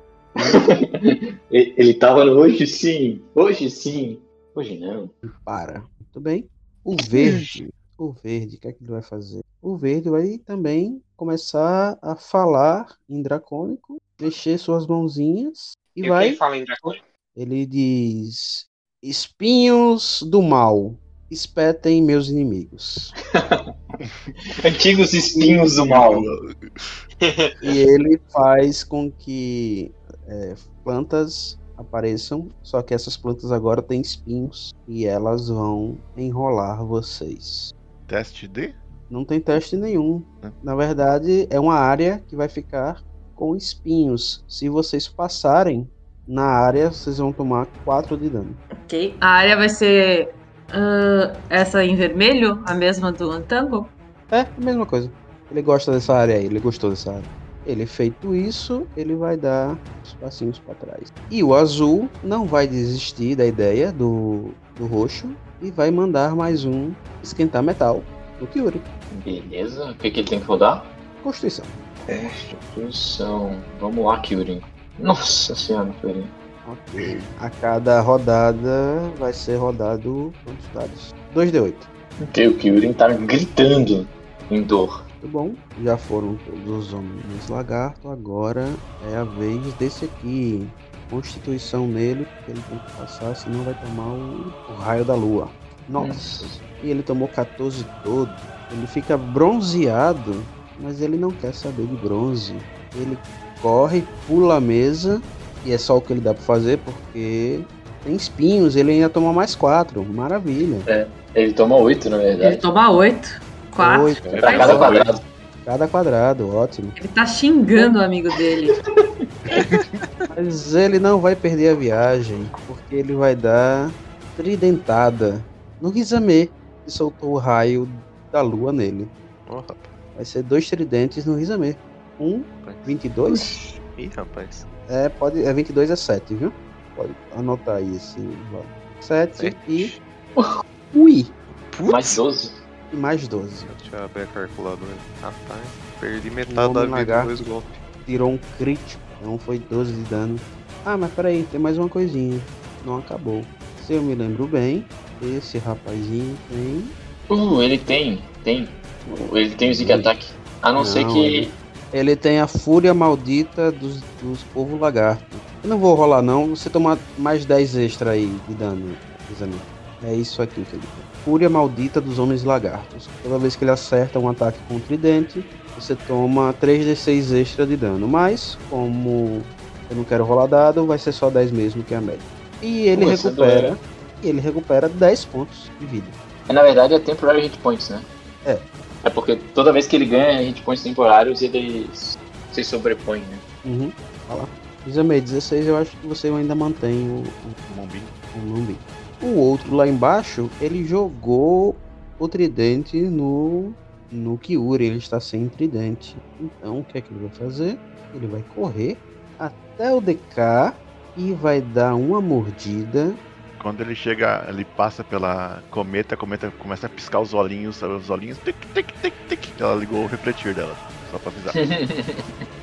Speaker 9: E- Ele tava no hoje sim. Hoje sim. Hoje não.
Speaker 4: para. Muito bem. O verde, o verde, o que é que ele vai fazer? O verde vai também começar a falar em dracônico, mexer suas mãozinhas e
Speaker 8: E o que
Speaker 4: vai.
Speaker 8: ele fala em dracônico?
Speaker 4: Ele diz: Espinhos do mal, espetem meus inimigos.
Speaker 9: Antigos espinhos do mal.
Speaker 4: E ele faz com que é, plantas apareçam, só que essas plantas agora têm espinhos e elas vão enrolar vocês.
Speaker 12: Teste de?
Speaker 4: Não tem teste nenhum.
Speaker 12: É.
Speaker 4: Na verdade, é uma área que vai ficar com espinhos. Se vocês passarem na área, vocês vão tomar 4 de dano.
Speaker 6: Ok. A área vai ser ah, essa em vermelho, a mesma do Entangle?
Speaker 4: É, a mesma coisa. Ele gosta dessa área aí, ele gostou dessa área. Ele é feito isso, ele vai dar os passinhos para trás. E o azul não vai desistir da ideia do, do roxo e vai mandar mais um esquentar metal do Kyuri.
Speaker 9: Beleza. O que, que ele tem que rodar?
Speaker 4: Constituição.
Speaker 9: É. Constituição. Vamos lá, Kyurin. Nossa senhora, Kyurin.
Speaker 4: Ok. A cada rodada vai ser rodado quantos dados? 2d8.
Speaker 9: Ok, o Kyurin tá gritando em dor.
Speaker 4: Muito bom. Já foram todos os homens lagarto. Agora é a vez desse aqui. constituição nele, que ele tem que passar, senão vai tomar o, o raio da lua. Nossa! E ele tomou 14 todo. Ele fica bronzeado, mas ele não quer saber de bronze. Ele corre, pula a mesa, e é só o que ele dá pra fazer, porque tem espinhos, ele ainda toma mais 4. Maravilha!
Speaker 9: Ele toma 8, na
Speaker 6: Ele
Speaker 9: verdade.
Speaker 6: toma oito, quatro.
Speaker 4: Oito.
Speaker 9: Pra cada quadrado.
Speaker 4: Cada quadrado, ótimo.
Speaker 6: Ele tá xingando o amigo dele.
Speaker 4: Mas ele não vai perder a viagem, porque ele vai dar tridentada no Rizame, que soltou o raio da lua nele.
Speaker 7: Ô, rapaz.
Speaker 4: Vai ser dois tridentes no Rizame. Um, 22?
Speaker 7: Ih, rapaz.
Speaker 4: É, pode, é 22 é 7, viu? Pode anotar aí esse valor. 7 e. Ui!
Speaker 9: Mais 12.
Speaker 4: E mais 12.
Speaker 7: Deixa eu abrir a calculadora. Rapaz, perdi
Speaker 4: Um
Speaker 7: metade da vida
Speaker 4: lagarto.
Speaker 7: em dois golpes.
Speaker 4: Tirou um crítico, então foi 12 de dano. Ah, mas peraí, tem mais uma coisinha. Não acabou. Se eu me lembro bem, esse rapazinho tem.
Speaker 9: Uh, ele tem, tem. Ele tem o Zig Attack. A não,
Speaker 4: Não,
Speaker 9: ser que.
Speaker 4: ele- Ele tem a fúria maldita dos, dos povos lagarto. Eu não vou rolar não, você toma mais 10 extra aí de dano, Zami. É isso aqui que ele tem. Fúria maldita dos homens lagartos. Toda vez que ele acerta um ataque com o tridente, você toma 3d6 extra de dano. Mas, como eu não quero rolar dado, vai ser só 10 mesmo, que é a média. E ele
Speaker 9: Pô, essa
Speaker 4: recupera.
Speaker 9: doera.
Speaker 4: E ele recupera 10 pontos de vida.
Speaker 9: É, na verdade, é temporary hit points, né?
Speaker 4: É.
Speaker 9: É porque toda vez que ele ganha hit points temporários, ele se
Speaker 4: *laughs*
Speaker 9: sobrepõe, né?
Speaker 4: Uhum. Olha lá. Examei 16, eu acho que você ainda mantém o,
Speaker 12: Mumbim.
Speaker 4: o Lumbi. O outro lá embaixo, ele jogou o tridente no, no Kiuri, ele está sem tridente. Então, o que é que ele vai fazer? Ele vai correr até o DK e vai dar uma mordida.
Speaker 12: Quando ele chega, ele passa pela cometa, a cometa começa a piscar os olhinhos, sabe? Os olhinhos. Tic, tic, tic, tic. Ela ligou o refletir dela, só
Speaker 9: *laughs*
Speaker 12: pra avisar.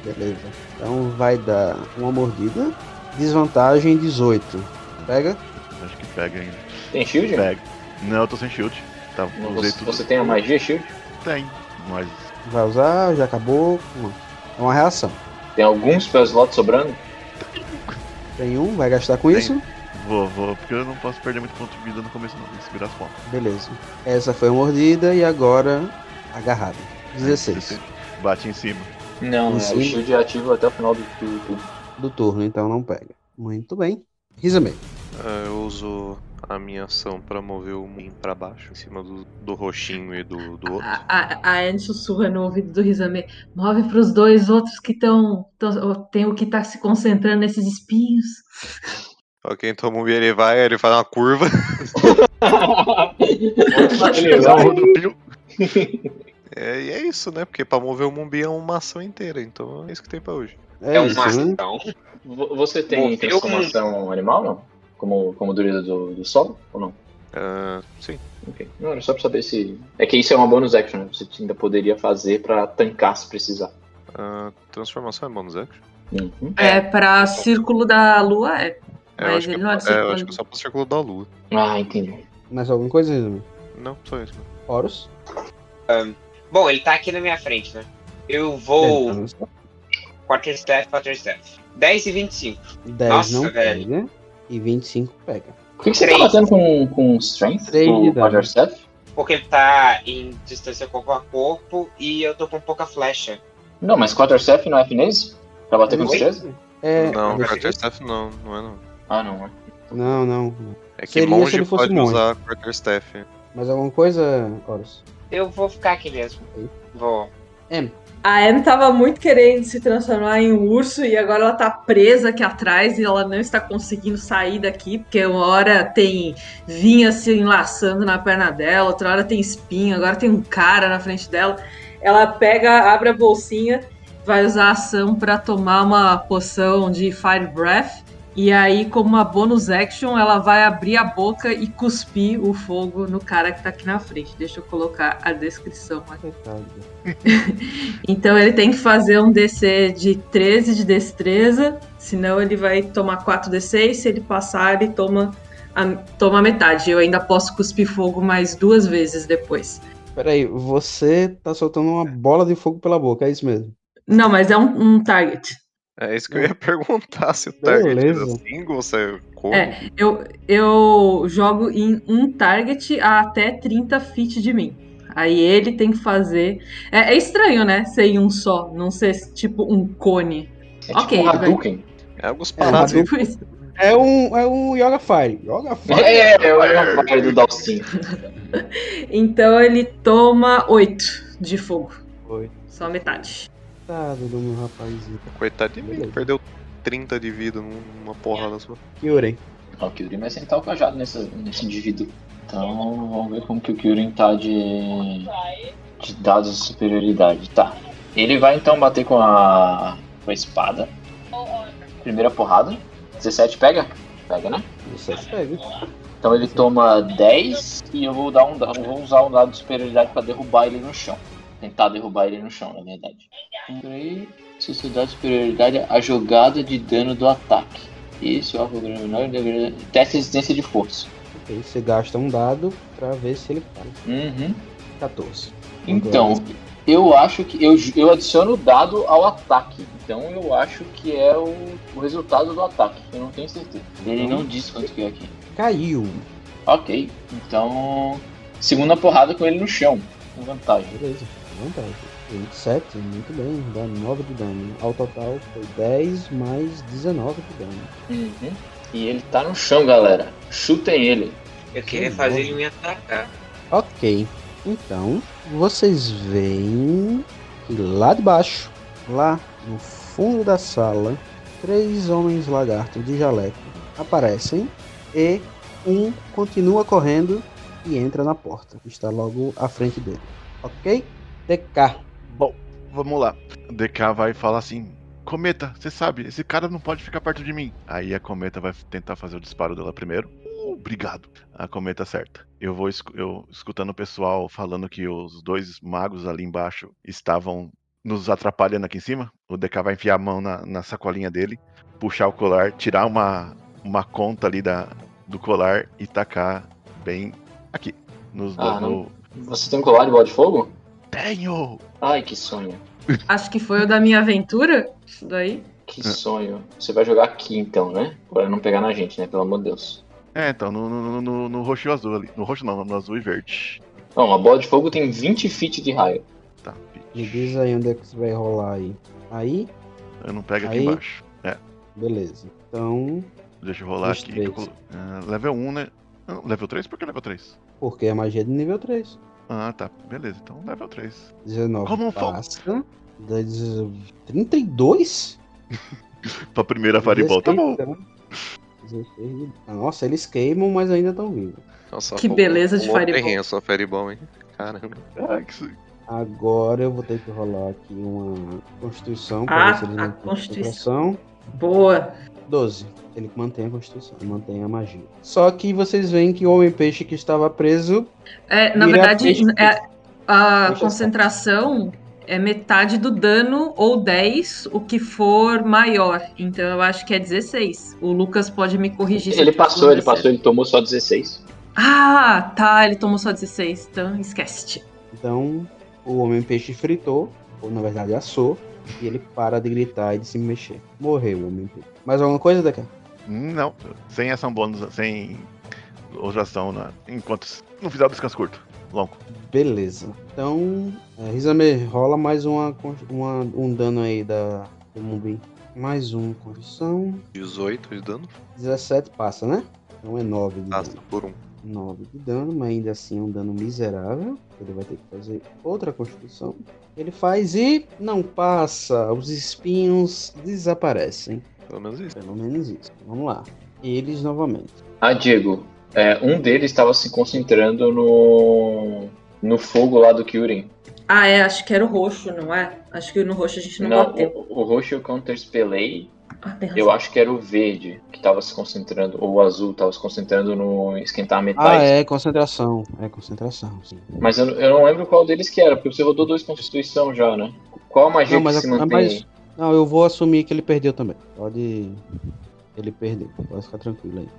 Speaker 4: Beleza. Então, vai dar uma mordida. Desvantagem 18. Pega?
Speaker 12: Acho que pega ainda.
Speaker 9: Tem shield?
Speaker 4: É,
Speaker 12: Pega. Não, eu tô sem shield. Tá, usei
Speaker 9: Você,
Speaker 12: tudo.
Speaker 9: você tem a magia shield?
Speaker 12: Tem, mas
Speaker 4: Vai usar, já acabou. Não. É uma reação.
Speaker 9: Tem alguns spell slots sobrando?
Speaker 4: Tem um, vai gastar com
Speaker 12: Tem.
Speaker 4: isso.
Speaker 12: vou, vou, porque eu não posso perder muito ponto de vida no começo, não. Tem que segurar as pontas.
Speaker 4: Beleza. Essa foi a mordida e agora agarrada. 16
Speaker 12: Bate em cima.
Speaker 9: Não,
Speaker 4: Em
Speaker 9: né?
Speaker 4: cima.
Speaker 9: O shield é ativo até o final do do- do-
Speaker 4: do turno, então não pega. Muito bem. Rizame.
Speaker 7: Ah, eu uso a minha ação pra mover o Mumbim pra baixo, em cima do, do roxinho e do, do
Speaker 4: *laughs*
Speaker 7: outro.
Speaker 6: A, a, a Anne sussurra no ouvido do Rizame. Move pros dois outros que estão. Tem o que tá se concentrando nesses espinhos.
Speaker 7: Ok, então o Mumbim ele vai, ele faz uma curva. *laughs*
Speaker 9: Ele
Speaker 12: Dá um
Speaker 9: vai.
Speaker 12: rodopio.
Speaker 7: É, e é isso, né? Porque pra mover o Mumbim é uma ação inteira, então é isso que tem pra hoje.
Speaker 4: É,
Speaker 8: É uma
Speaker 4: isso, né?
Speaker 8: ação.
Speaker 9: *laughs* Vo- Você tem
Speaker 8: Morreu
Speaker 9: transformação animal, não? Como, como dureza do, do solo, ou não?
Speaker 7: Ah, sim.
Speaker 9: Ok. Não, era só pra saber se. É que isso é uma bonus action, né? Você ainda poderia fazer pra tancar se precisar.
Speaker 7: Ah, transformação é bonus action.
Speaker 9: Uhum.
Speaker 6: É, pra círculo da lua, é.
Speaker 7: É,
Speaker 6: Mas
Speaker 7: eu acho
Speaker 6: ele
Speaker 7: que
Speaker 6: não é
Speaker 7: é, eu
Speaker 6: círculo.
Speaker 7: acho que é só pro círculo da lua.
Speaker 9: Ah, entendi.
Speaker 4: Mais alguma coisa, Rizame?
Speaker 7: Não, só isso.
Speaker 4: Horus?
Speaker 8: Bom, ele tá aqui na minha frente, né? Eu
Speaker 4: É, então.
Speaker 8: vou. Quarter step, quarter step. 10 e 25.
Speaker 4: 10
Speaker 8: Nossa,
Speaker 4: não
Speaker 8: velho.
Speaker 4: pega. E 25 pega.
Speaker 9: Por que, que você tá
Speaker 8: Três.
Speaker 9: batendo com, com strength?
Speaker 4: Três de
Speaker 9: Com
Speaker 4: dano.
Speaker 9: Roger Staff?
Speaker 8: Porque ele tá em distância corpo a corpo e eu tô com pouca flecha.
Speaker 9: Não, mas Quarterstaff não é finês? Pra bater com destreza?
Speaker 4: É,
Speaker 7: não,
Speaker 4: deixa-
Speaker 7: quarterstaff não, não é não.
Speaker 9: Ah, não. é.
Speaker 4: não, não, não.
Speaker 7: É que
Speaker 4: Seria se
Speaker 7: monge
Speaker 4: ele fosse
Speaker 7: pode
Speaker 4: monge.
Speaker 7: usar quarterstaff.
Speaker 4: Mais alguma coisa, Horus?
Speaker 8: Eu vou ficar aqui mesmo.
Speaker 4: Ok.
Speaker 8: Vou.
Speaker 6: A Anne tava muito querendo se transformar em um urso e agora ela tá presa aqui atrás e ela não está conseguindo sair daqui, porque uma hora tem vinha se enlaçando na perna dela, outra hora tem espinho, agora tem um cara na frente dela. Ela pega, abre a bolsinha, vai usar a ação pra tomar uma poção de Fire Breath. E aí, como uma bonus action, ela vai abrir a boca e cuspir o fogo no cara que tá aqui na frente. Deixa eu colocar a descrição aqui.
Speaker 4: Coitado.
Speaker 6: Então ele tem que fazer um DC de 13 de destreza, senão ele vai tomar 4d6, se ele passar ele toma a, toma a metade. Eu ainda posso cuspir fogo mais duas vezes depois.
Speaker 4: Peraí, você tá soltando uma bola de fogo pela boca, é isso mesmo.
Speaker 6: Não, mas é um, um target.
Speaker 7: É isso que eu ia *laughs* perguntar se o target
Speaker 4: Hum. Beleza.
Speaker 7: era single ou se é combo.
Speaker 6: É. Eu, eu jogo em um target a até 30 feet de mim. Aí ele tem que fazer. É, é estranho, né? Ser em um só, não ser tipo um cone.
Speaker 9: É
Speaker 6: Ok,
Speaker 9: tipo um
Speaker 6: vai.
Speaker 9: Hadouken.
Speaker 7: É alguns paradas.
Speaker 4: Hadouken.
Speaker 6: *laughs* Tipo isso.
Speaker 4: É um, é um Yoga Fire. Yoga Fire.
Speaker 9: É, é, o rapaz do Dalsin.
Speaker 6: Então ele toma 8 de fogo.
Speaker 4: Oito.
Speaker 6: Só metade.
Speaker 4: Coitado do meu rapazinho.
Speaker 7: Coitado de mim, perdeu 30 de vida num- numa porrada sua.
Speaker 4: Yuri.
Speaker 9: Ó, O Kyurin vai sentar o cajado nessa, nesse indivíduo. Então vamos ver como que o Kyurin tá de, de dados de superioridade. Tá. Ele vai então bater com a, com a espada. Primeira porrada. 17 pega? Pega, né?
Speaker 4: Você pega.
Speaker 9: Então ele toma 10 e eu vou, dar um, da- eu vou usar um dado de superioridade pra derrubar ele no chão. Tentar derrubar ele no chão, na verdade. Comprei se isso dá superioridade a jogada de dano do ataque. Isso é algo grande menor deveria. Teste resistência de força.
Speaker 4: Ok, você gasta um dado pra ver se ele cai.
Speaker 9: Uhum.
Speaker 4: 14.
Speaker 9: Então, eu acho que. Eu, eu adiciono o dado ao ataque. Então eu acho que é o, o resultado do ataque. Eu não tenho certeza. Ele não disse quanto que é aqui.
Speaker 4: Caiu.
Speaker 9: Ok. Então. Segunda porrada com ele no chão. Com vantagem.
Speaker 4: Beleza. Vantagem. 27, muito bem. Dá 9 de dano. Ao total foi 10 mais 19 de dano.
Speaker 9: Uhum. E ele tá no chão, galera. Chutem ele.
Speaker 8: Eu queria fazer ele me atacar.
Speaker 4: Ok. Então, vocês veem que lá de baixo, lá no fundo da sala, três homens lagartos de jaleco aparecem e um continua correndo e entra na porta, que está logo à frente dele. Ok? TK.
Speaker 12: Bom, vamos lá. O DK vai falar assim: Cometa, você sabe, esse cara não pode ficar perto de mim. Aí a Cometa vai tentar fazer o disparo dela primeiro. Uh, Obrigado. A cometa acerta. Eu vou escu- eu, escutando o pessoal falando que os dois magos ali embaixo estavam nos atrapalhando aqui em cima. O DK vai enfiar a mão na, na sacolinha dele, puxar o colar, tirar uma, uma conta ali da, do colar e tacar bem aqui. Nos do-
Speaker 9: Ah, não.
Speaker 12: no-
Speaker 9: Você tem um colar de bola de fogo?
Speaker 12: Tenho!
Speaker 9: Ai, que sonho.
Speaker 6: Acho que foi o da minha aventura. Isso daí.
Speaker 4: É.
Speaker 9: Que sonho. Você vai jogar aqui então, né? Pra não pegar na gente, né? Pelo amor de Deus.
Speaker 12: É, então, no, no, no, no roxo e azul ali. No roxo não, no azul e verde.
Speaker 9: Não, a bola de fogo tem 20 feet de raio.
Speaker 12: Tá,
Speaker 4: Me diz aí onde é que isso vai rolar aí. Aí,
Speaker 12: eu não pego aqui
Speaker 4: Uhum. Aí.
Speaker 12: embaixo.
Speaker 4: beleza. Então,
Speaker 12: Deixa eu rolar
Speaker 4: Os
Speaker 12: aqui.
Speaker 4: três.
Speaker 12: Eu colo- Ah, level 1, né? Não, level 3? Por que level 3?
Speaker 4: porque é magia de nível 3.
Speaker 12: Ah, tá. Beleza, então level 3.
Speaker 4: 19
Speaker 12: Como um fogo.
Speaker 4: passa. Dá deze- 32?
Speaker 12: Pra primeira Fireball, tá bom.
Speaker 4: 16 de- Ah, então. Nossa, eles queimam, mas ainda estão vivos.
Speaker 7: Nossa,
Speaker 6: Que
Speaker 7: rolou-
Speaker 6: beleza de
Speaker 7: rolou
Speaker 6: Fireball.
Speaker 7: terreno sua Fireball, hein? Caramba.
Speaker 12: Ah, que su-
Speaker 4: Agora eu vou ter que rolar aqui uma Constituição
Speaker 6: Ah,
Speaker 4: para ver se eles
Speaker 6: a
Speaker 4: não têm
Speaker 6: Constituição.
Speaker 4: concentração.
Speaker 6: Boa.
Speaker 4: 12. Ele mantém a Constituição, mantém a magia. Só que vocês veem que o Homem-Peixe que estava preso.
Speaker 6: É, na
Speaker 4: Vira
Speaker 6: verdade,
Speaker 4: peixe.
Speaker 6: é- a
Speaker 4: Peixe
Speaker 6: concentração é metade do dano ou 10, o que for maior. Então eu acho que é 16. O Lucas pode me corrigir. se
Speaker 9: Ele
Speaker 6: eu tiver
Speaker 9: passou, ele
Speaker 6: falando
Speaker 9: passou, ele tomou só 16.
Speaker 6: certo. Ah, tá, ele tomou só 16, então esquece.
Speaker 4: Então o Homem-Peixe fritou, ou na verdade assou, e ele para de gritar e de se mexer. Morreu o Homem-Peixe. Mais alguma coisa, Deca?
Speaker 12: Hum, Não, sem ação bônus, sem outra ação, né? enquanto não fizer o descanso curto. Longo.
Speaker 4: Beleza. Então, é, Rizame, rola mais uma, con- uma- um dano aí da, do Mumbi. Mais um, construção.
Speaker 7: 18 de dano?
Speaker 4: 17 passa, né? Então é 9 de
Speaker 7: Passa
Speaker 4: dano.
Speaker 7: por um.
Speaker 4: 9 de dano, mas ainda assim é um dano miserável. Ele vai ter que fazer outra constituição. Ele faz e não passa. Os espinhos desaparecem.
Speaker 7: Pelo menos isso.
Speaker 4: Pelo menos isso. Vamos lá. Eles novamente.
Speaker 9: Ah, Diego, é, um deles estava se concentrando no. no fogo lá do Kyurin.
Speaker 6: Ah, é, acho que era o roxo, não é? Acho que no roxo a gente não,
Speaker 9: Não,
Speaker 6: bateu.
Speaker 9: o, o roxo eu counterspelei.
Speaker 6: Ah, tem razão.
Speaker 9: Eu acho que era o verde que estava se concentrando, ou o azul estava se concentrando no esquentar
Speaker 4: Ah,
Speaker 9: metais.
Speaker 4: é concentração. É concentração, sim.
Speaker 9: Mas eu, eu não lembro qual deles que era, porque você rodou dois Constituição já, né? Qual a magia
Speaker 4: Não, mas, é
Speaker 9: que se
Speaker 4: a-
Speaker 9: mantém?
Speaker 4: mas não, eu vou assumir que ele perdeu também. Pode. Ele perdeu. Pode ficar tranquilo aí.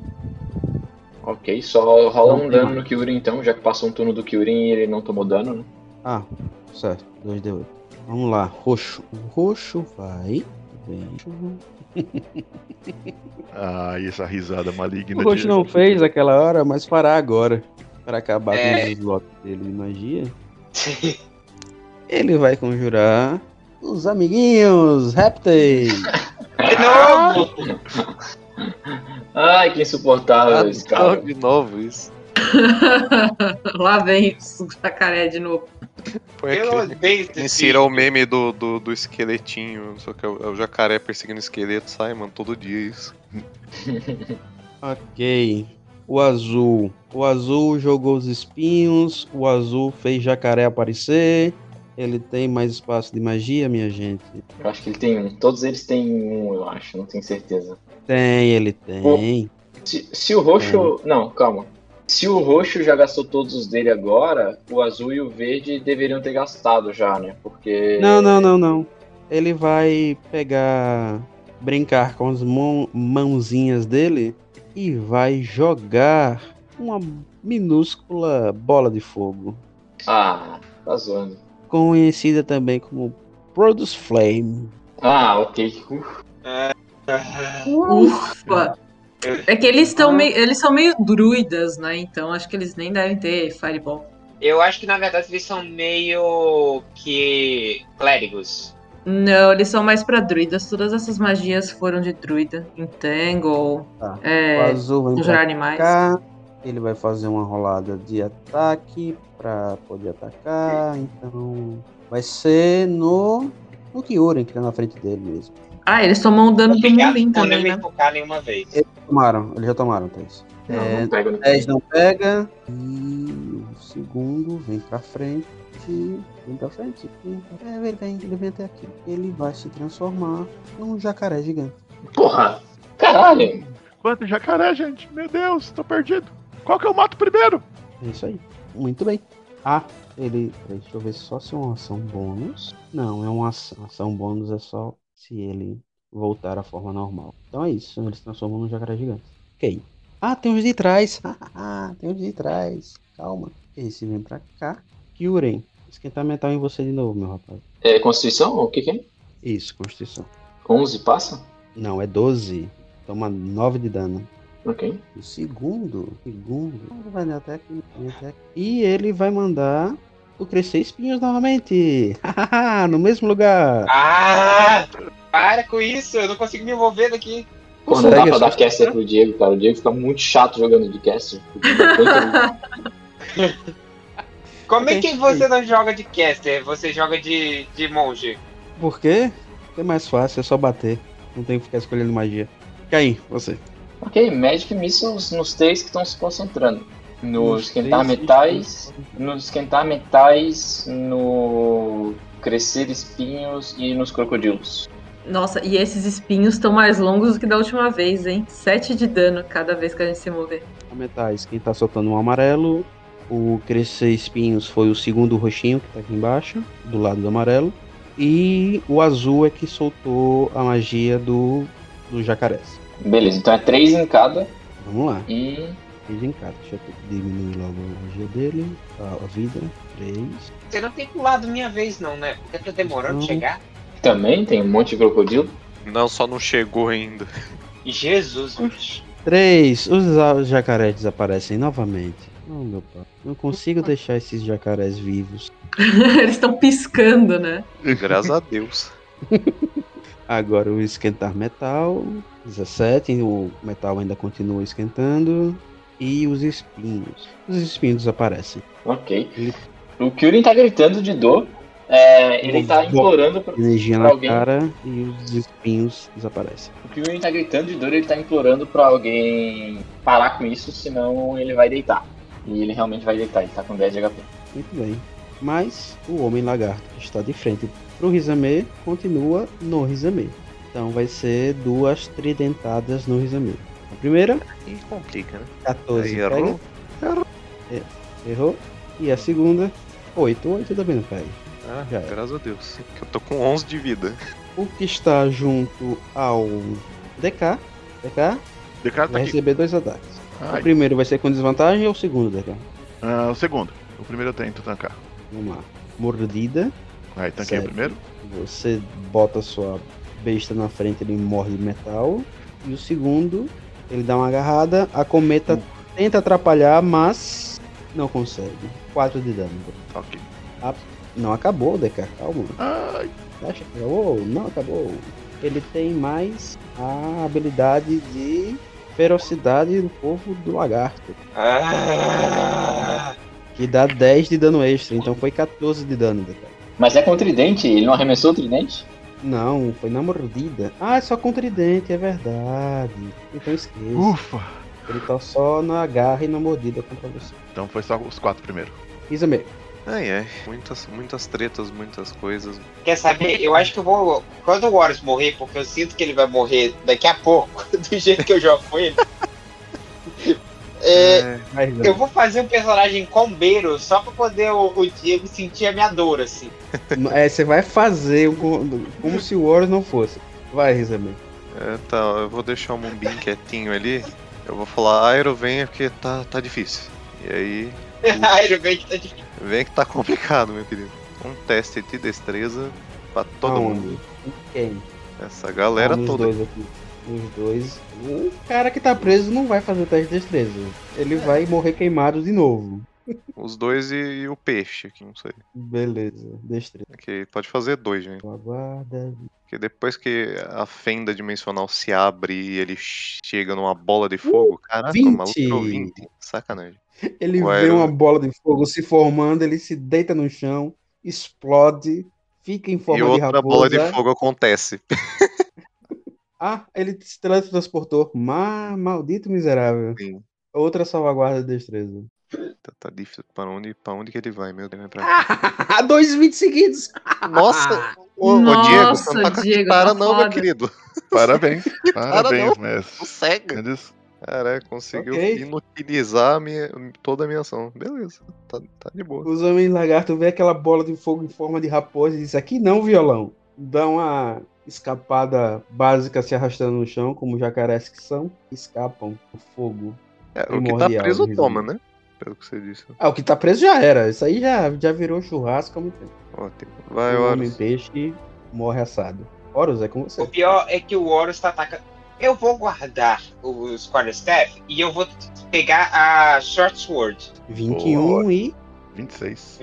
Speaker 9: Ok, só rola um
Speaker 4: Não tem
Speaker 9: dano
Speaker 4: mais.
Speaker 9: no Kyurin então, já que passou um turno do Kyurin e ele não tomou dano, né?
Speaker 4: Ah, certo. 2D8. Vamos lá, roxo. O roxo vai vento.
Speaker 12: Ah, e essa risada maligna.
Speaker 4: O Roxo não fez aquela hora, mas fará agora. Para acabar
Speaker 8: É.
Speaker 4: com os slots dele de magia. Ele vai conjurar os amiguinhos répteis.
Speaker 8: De novo!
Speaker 9: Ai, que insuportável esse
Speaker 7: Ah,
Speaker 9: cara.
Speaker 7: de novo isso.
Speaker 6: *laughs* Lá vem o jacaré de novo.
Speaker 7: Foi
Speaker 8: Eu
Speaker 7: aquele.
Speaker 8: odeio esse
Speaker 7: Insira o meme do, do, do esqueletinho, só que é o, é o jacaré perseguindo o esqueleto, sai, mano, todo dia isso.
Speaker 4: ok. O azul. O azul jogou os espinhos. O azul fez jacaré aparecer. Ele tem mais espaço de magia, minha gente.
Speaker 9: Eu acho que ele tem um. Todos eles têm um, eu acho, não tenho certeza.
Speaker 4: Tem, ele tem.
Speaker 9: Se, se o
Speaker 4: Uhum.
Speaker 9: roxo. Não, calma. Se o roxo já gastou todos os dele agora, o azul e o verde deveriam ter gastado já, né? Porque.
Speaker 4: Não, não, não, não. Ele vai pegar. brincar com as mão- mãozinhas dele e vai jogar uma minúscula bola de fogo.
Speaker 9: Ah, tá zoando.
Speaker 4: Conhecida também como Produce Flame.
Speaker 9: Ah, ok. Uf,
Speaker 6: Ufa! É que eles,
Speaker 7: Ah.
Speaker 6: tão meio, eles são meio druidas, né? Então acho que eles nem devem ter fireball.
Speaker 8: Eu acho que na verdade eles são meio que clérigos.
Speaker 6: Não, eles são mais pra druidas. Todas essas magias foram de druida. Entangle,
Speaker 4: Tá. O
Speaker 6: é,
Speaker 4: azul
Speaker 7: um
Speaker 4: vem pra
Speaker 6: conjurar animais.
Speaker 4: cá. Ele vai fazer uma rolada de ataque pra poder atacar. Então. Vai ser no. No Kyurem, que tá na frente dele mesmo.
Speaker 6: Ah, eles tomam o dano do
Speaker 8: Obrigado
Speaker 6: Mumbin
Speaker 8: por não
Speaker 6: também,
Speaker 8: me
Speaker 6: né?
Speaker 8: enfocar nenhuma vez.
Speaker 4: Tomaram, eles já tomaram, Thaís.
Speaker 9: não,
Speaker 4: É,
Speaker 9: não pega no
Speaker 4: 10 não pega. E o segundo vem pra frente. Vem pra frente. vem pra- É, ele vem, ele vem até aqui. Ele vai se transformar num jacaré gigante.
Speaker 9: Porra! Caralho!
Speaker 12: Quanto jacaré, gente? Meu Deus, tô perdido. Qual que eu mato primeiro?
Speaker 4: É isso aí. Muito bem. Ah, ele. peraí, Deixa eu ver só se é uma ação bônus. Não, é uma ação. Ação bônus é só se ele voltar à forma normal. Então é isso. Ele se transformou num jacaré gigante. Ok. Ah, tem uns de trás. *laughs* Ah, tem uns de trás. Calma. Esse vem pra cá. Kyurem. Esquentar mental em você de novo, meu rapaz.
Speaker 9: É Constituição? O que, que é?
Speaker 4: Isso, Constituição.
Speaker 9: 11 passa?
Speaker 4: Não, é 12. Toma 9 de dano.
Speaker 9: Ok.
Speaker 4: O segundo, segundo, ele vai até aqui, vai até aqui. E ele vai mandar o crescer espinhos novamente. *laughs* no mesmo lugar.
Speaker 8: Ah! Para com isso, eu não consigo me envolver daqui.
Speaker 9: Pô, não dá
Speaker 4: Consegue
Speaker 9: pra dar
Speaker 4: acertar?
Speaker 9: caster pro Diego, cara. O Diego fica muito chato jogando de caster.
Speaker 8: Como é que você não joga de caster? Você joga de, de monge.
Speaker 4: Por quê? Porque é mais fácil, é só bater. Não tem que ficar escolhendo magia. Caim, você.
Speaker 9: ok, Magic Missiles nos três que estão se concentrando. No
Speaker 4: Nos
Speaker 9: esquentar
Speaker 4: três
Speaker 9: metais, no esquentar metais, no crescer espinhos e nos crocodilos.
Speaker 6: *laughs* Nossa, e esses espinhos estão mais longos do que da última vez, hein? 7 de dano cada vez que a gente se mover. *laughs*
Speaker 4: A metais, quem tá soltando um amarelo. O crescer espinhos foi o segundo roxinho que tá aqui embaixo, do lado do amarelo. E o azul é que soltou a magia do, do jacarés.
Speaker 9: Beleza, então é três em cada
Speaker 4: Vamos lá.
Speaker 9: e
Speaker 4: 3 em cada. Deixa eu diminuir logo a magia dele. A a vida. 3.
Speaker 8: Você não tem pulado minha vez, não, né? Porque tá demorando
Speaker 4: Não.
Speaker 8: pra chegar.
Speaker 9: também tem um monte de crocodilo.
Speaker 7: Não, só não chegou ainda.
Speaker 8: Jesus, bicho.
Speaker 4: 3. Os a- jacarés desaparecem novamente. Oh, meu pai. Não consigo deixar esses jacarés vivos.
Speaker 6: Eles estão piscando, né?
Speaker 7: Graças a Deus.
Speaker 4: Agora o esquentar metal. 17. O metal ainda continua esquentando. E os espinhos. Os espinhos desaparecem.
Speaker 9: Ok. O Kyurem tá gritando de dor. É, ele tá implorando pra,
Speaker 4: Energia
Speaker 9: pra
Speaker 4: na
Speaker 9: alguém
Speaker 4: cara e os espinhos desaparecem.
Speaker 9: O Kyurin tá gritando de dor, ele tá implorando pra alguém parar com isso, senão ele vai deitar. E ele realmente vai deitar, ele tá com 10 de HP.
Speaker 4: Muito bem. Mas o homem lagarto que está de frente pro Rizame continua no Rizame. Então vai ser duas tridentadas no Rizame. A primeira,
Speaker 7: E complica, né?
Speaker 4: 14.
Speaker 7: Aí
Speaker 4: pega. É,
Speaker 7: errou.
Speaker 4: Errou. E a segunda, 8. 8 também não pega.
Speaker 7: Ah,
Speaker 4: Já era.
Speaker 7: graças a Deus. Que eu tô com 11 de vida.
Speaker 4: O que está junto ao DK, DK
Speaker 12: De cara tá
Speaker 4: vai
Speaker 12: aqui.
Speaker 4: receber dois ataques. O
Speaker 12: Ai,
Speaker 4: primeiro vai ser com desvantagem ou o segundo, DK?
Speaker 12: ah, o segundo. O primeiro eu tento tancar.
Speaker 4: Vamos lá. Mordida.
Speaker 12: Aí, tá é tanquei
Speaker 4: Certo.
Speaker 12: o primeiro.
Speaker 4: Você bota sua besta na frente, ele morde metal. E o segundo, ele dá uma agarrada, a cometa tenta atrapalhar, mas não consegue. 4 de dano.
Speaker 12: Ok.
Speaker 4: Não acabou, Deca, calma.
Speaker 12: Ai,
Speaker 4: Acha que acabou? Não acabou. Ele tem mais a habilidade de ferocidade do povo do lagarto,
Speaker 8: Ah,
Speaker 4: que dá 10 de dano extra, então foi 14 de dano, Deca.
Speaker 9: Mas é com tridente, ele não arremessou o tridente?
Speaker 4: Não, foi na mordida. Ah, é só com tridente, é verdade. Então esqueça.
Speaker 12: ufa!
Speaker 4: Ele tá só na garra e na mordida contra você.
Speaker 12: Então foi só os quatro primeiro.
Speaker 4: Isame,
Speaker 7: Ai, ai. Muitas, muitas tretas, muitas coisas.
Speaker 8: quer saber? Eu acho que eu vou. Quando o Horus morrer, porque eu sinto que ele vai morrer daqui a pouco, *laughs* do jeito que eu jogo com ele. é,
Speaker 4: vai,
Speaker 8: Eu
Speaker 4: Isame.
Speaker 8: vou fazer um personagem combeiro só pra poder o, o Diego sentir a minha dor, assim. *laughs*
Speaker 4: É, você vai fazer o- como se o Horus não fosse. Vai, Isame.
Speaker 7: É, tá, eu vou deixar o Mumbim quietinho ali. Eu vou falar, "Ah, Aero, vem porque tá, tá difícil. E aí,
Speaker 8: Ai, eu vejo que tá difícil.
Speaker 7: vem que tá *laughs* complicado, meu querido. Um teste de destreza pra todo
Speaker 4: Aonde?
Speaker 7: mundo.
Speaker 4: Quem?
Speaker 7: Essa galera
Speaker 4: Ah, nos
Speaker 7: toda.
Speaker 4: dois aqui. Nos dois. O cara que tá preso não vai fazer o teste de destreza. Ele vai morrer queimado de novo.
Speaker 7: Os dois e, e o peixe, que não sei.
Speaker 4: Beleza, destreza.
Speaker 7: Que pode fazer dois, gente.
Speaker 4: Aguarda.
Speaker 7: Porque depois que a fenda dimensional se abre e ele chega numa bola de
Speaker 4: Uh,
Speaker 7: fogo, caraca, o maluco
Speaker 4: 20.
Speaker 7: tirou 20. Sacanagem.
Speaker 4: Ele
Speaker 7: Ué,
Speaker 4: vê
Speaker 7: eu-
Speaker 4: uma bola de fogo se formando, ele se deita no chão, explode, fica em forma
Speaker 7: e
Speaker 4: de
Speaker 7: outra
Speaker 4: raposa.
Speaker 7: bola de fogo acontece.
Speaker 4: Ah, ele se teletransportou. Ma... Maldito miserável.
Speaker 7: Sim.
Speaker 4: Outra salvaguarda de destreza. *laughs*
Speaker 7: Tá, tá difícil. Pra onde, pra onde que ele vai, meu Deus? Vai pra-
Speaker 4: Dois 20 seguidos!
Speaker 7: Nossa! Ô, ô,
Speaker 6: Nossa,
Speaker 7: Diego, você não tá com a
Speaker 6: Diego,
Speaker 7: cara,
Speaker 6: tá
Speaker 7: não, meu
Speaker 6: foda.
Speaker 7: querido. *laughs*
Speaker 12: Parabéns, parabéns,
Speaker 7: não.
Speaker 12: mestre.
Speaker 7: Consegue.
Speaker 12: Eles-
Speaker 7: Caraca, conseguiu
Speaker 4: Ok.
Speaker 7: inutilizar a minha- toda a minha ação. Beleza, tá, tá de boa.
Speaker 4: Os homens lagarto vê aquela bola de fogo em forma de raposa e diz: Aqui não, violão. Dá uma escapada básica se arrastando no chão, como jacarés que são, escapam do fogo.
Speaker 7: É, o que tá
Speaker 4: Primordial,
Speaker 7: preso
Speaker 4: resumindo.
Speaker 7: toma, né? Pelo que você disse.
Speaker 4: Ah, o que tá preso já era. Isso aí já, já virou churrasco há muito tempo.
Speaker 7: Ótimo. Vai,
Speaker 4: o homem
Speaker 7: Horus.
Speaker 4: peixe morre assado. Horus, é com
Speaker 8: O
Speaker 4: você.
Speaker 8: pior é que o Horus tá atacando. Eu vou guardar os quarterstaff e eu vou pegar a short sword.
Speaker 4: 21
Speaker 12: Boa.
Speaker 4: e
Speaker 12: 26.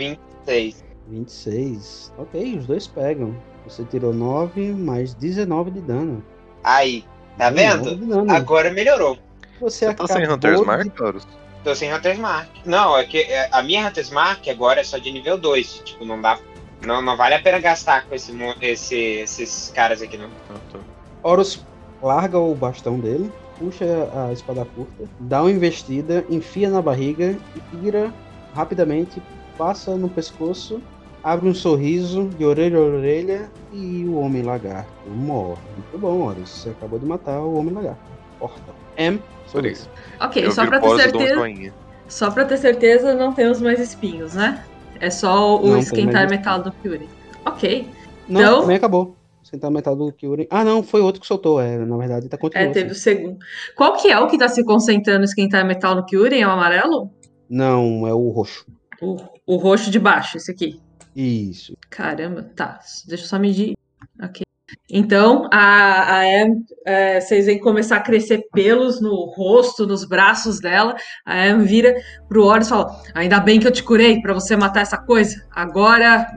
Speaker 8: Seis.
Speaker 4: 26. Ok, os dois pegam. Você tirou 9 mais 19 de dano.
Speaker 8: Aí, tá
Speaker 4: 19
Speaker 8: vendo?
Speaker 4: de dano.
Speaker 8: Agora melhorou.
Speaker 4: Você,
Speaker 7: Você tá sem
Speaker 4: acabou
Speaker 7: Hunter's
Speaker 4: de-
Speaker 7: Mark, Horus? Ah,
Speaker 8: Tô sem Hunter's Mark. Não, é que é, a minha Hunter's Mark agora é só de nível 2. Tipo, não dá. Não, não vale a pena gastar com esse, mon- esse- esses caras aqui, não.
Speaker 7: Ah, tá.
Speaker 4: Horus larga o bastão dele, puxa a espada curta, dá uma investida, enfia na barriga e tira rapidamente, passa no pescoço, abre um sorriso de orelha a orelha e o homem lagarto morre. Muito bom, Horus. Você acabou de matar o homem lagarto. Porta. M, sorriso.
Speaker 6: Ok,
Speaker 7: eu
Speaker 6: só
Speaker 7: viro
Speaker 6: pra,
Speaker 7: pro
Speaker 6: ter
Speaker 7: Horus e dou um
Speaker 6: certeza,
Speaker 7: joinha.
Speaker 6: só pra ter certeza, não temos mais espinhos, né? É só
Speaker 4: Não
Speaker 6: o
Speaker 4: tem
Speaker 6: esquentar
Speaker 4: mais
Speaker 6: metal do Fury. Ok.
Speaker 4: Não,
Speaker 6: Então-
Speaker 4: também acabou. Sentar metade do Kyuri. Ah, não, foi outro que soltou. É, na verdade, tá
Speaker 6: É,
Speaker 4: continuando.
Speaker 6: teve o segundo. Qual que é o que tá se concentrando em esquentar metal no Kyurem? É o amarelo?
Speaker 4: Não, é o roxo.
Speaker 6: O, o roxo de baixo, esse aqui.
Speaker 4: Isso.
Speaker 6: Caramba, tá. Deixa eu só medir. Ok. Então, a, a Em, é, vocês veem começar a crescer pelos no rosto, nos braços dela. A Em vira pro Horus e fala: Ainda bem que eu te curei pra você matar essa coisa. Agora.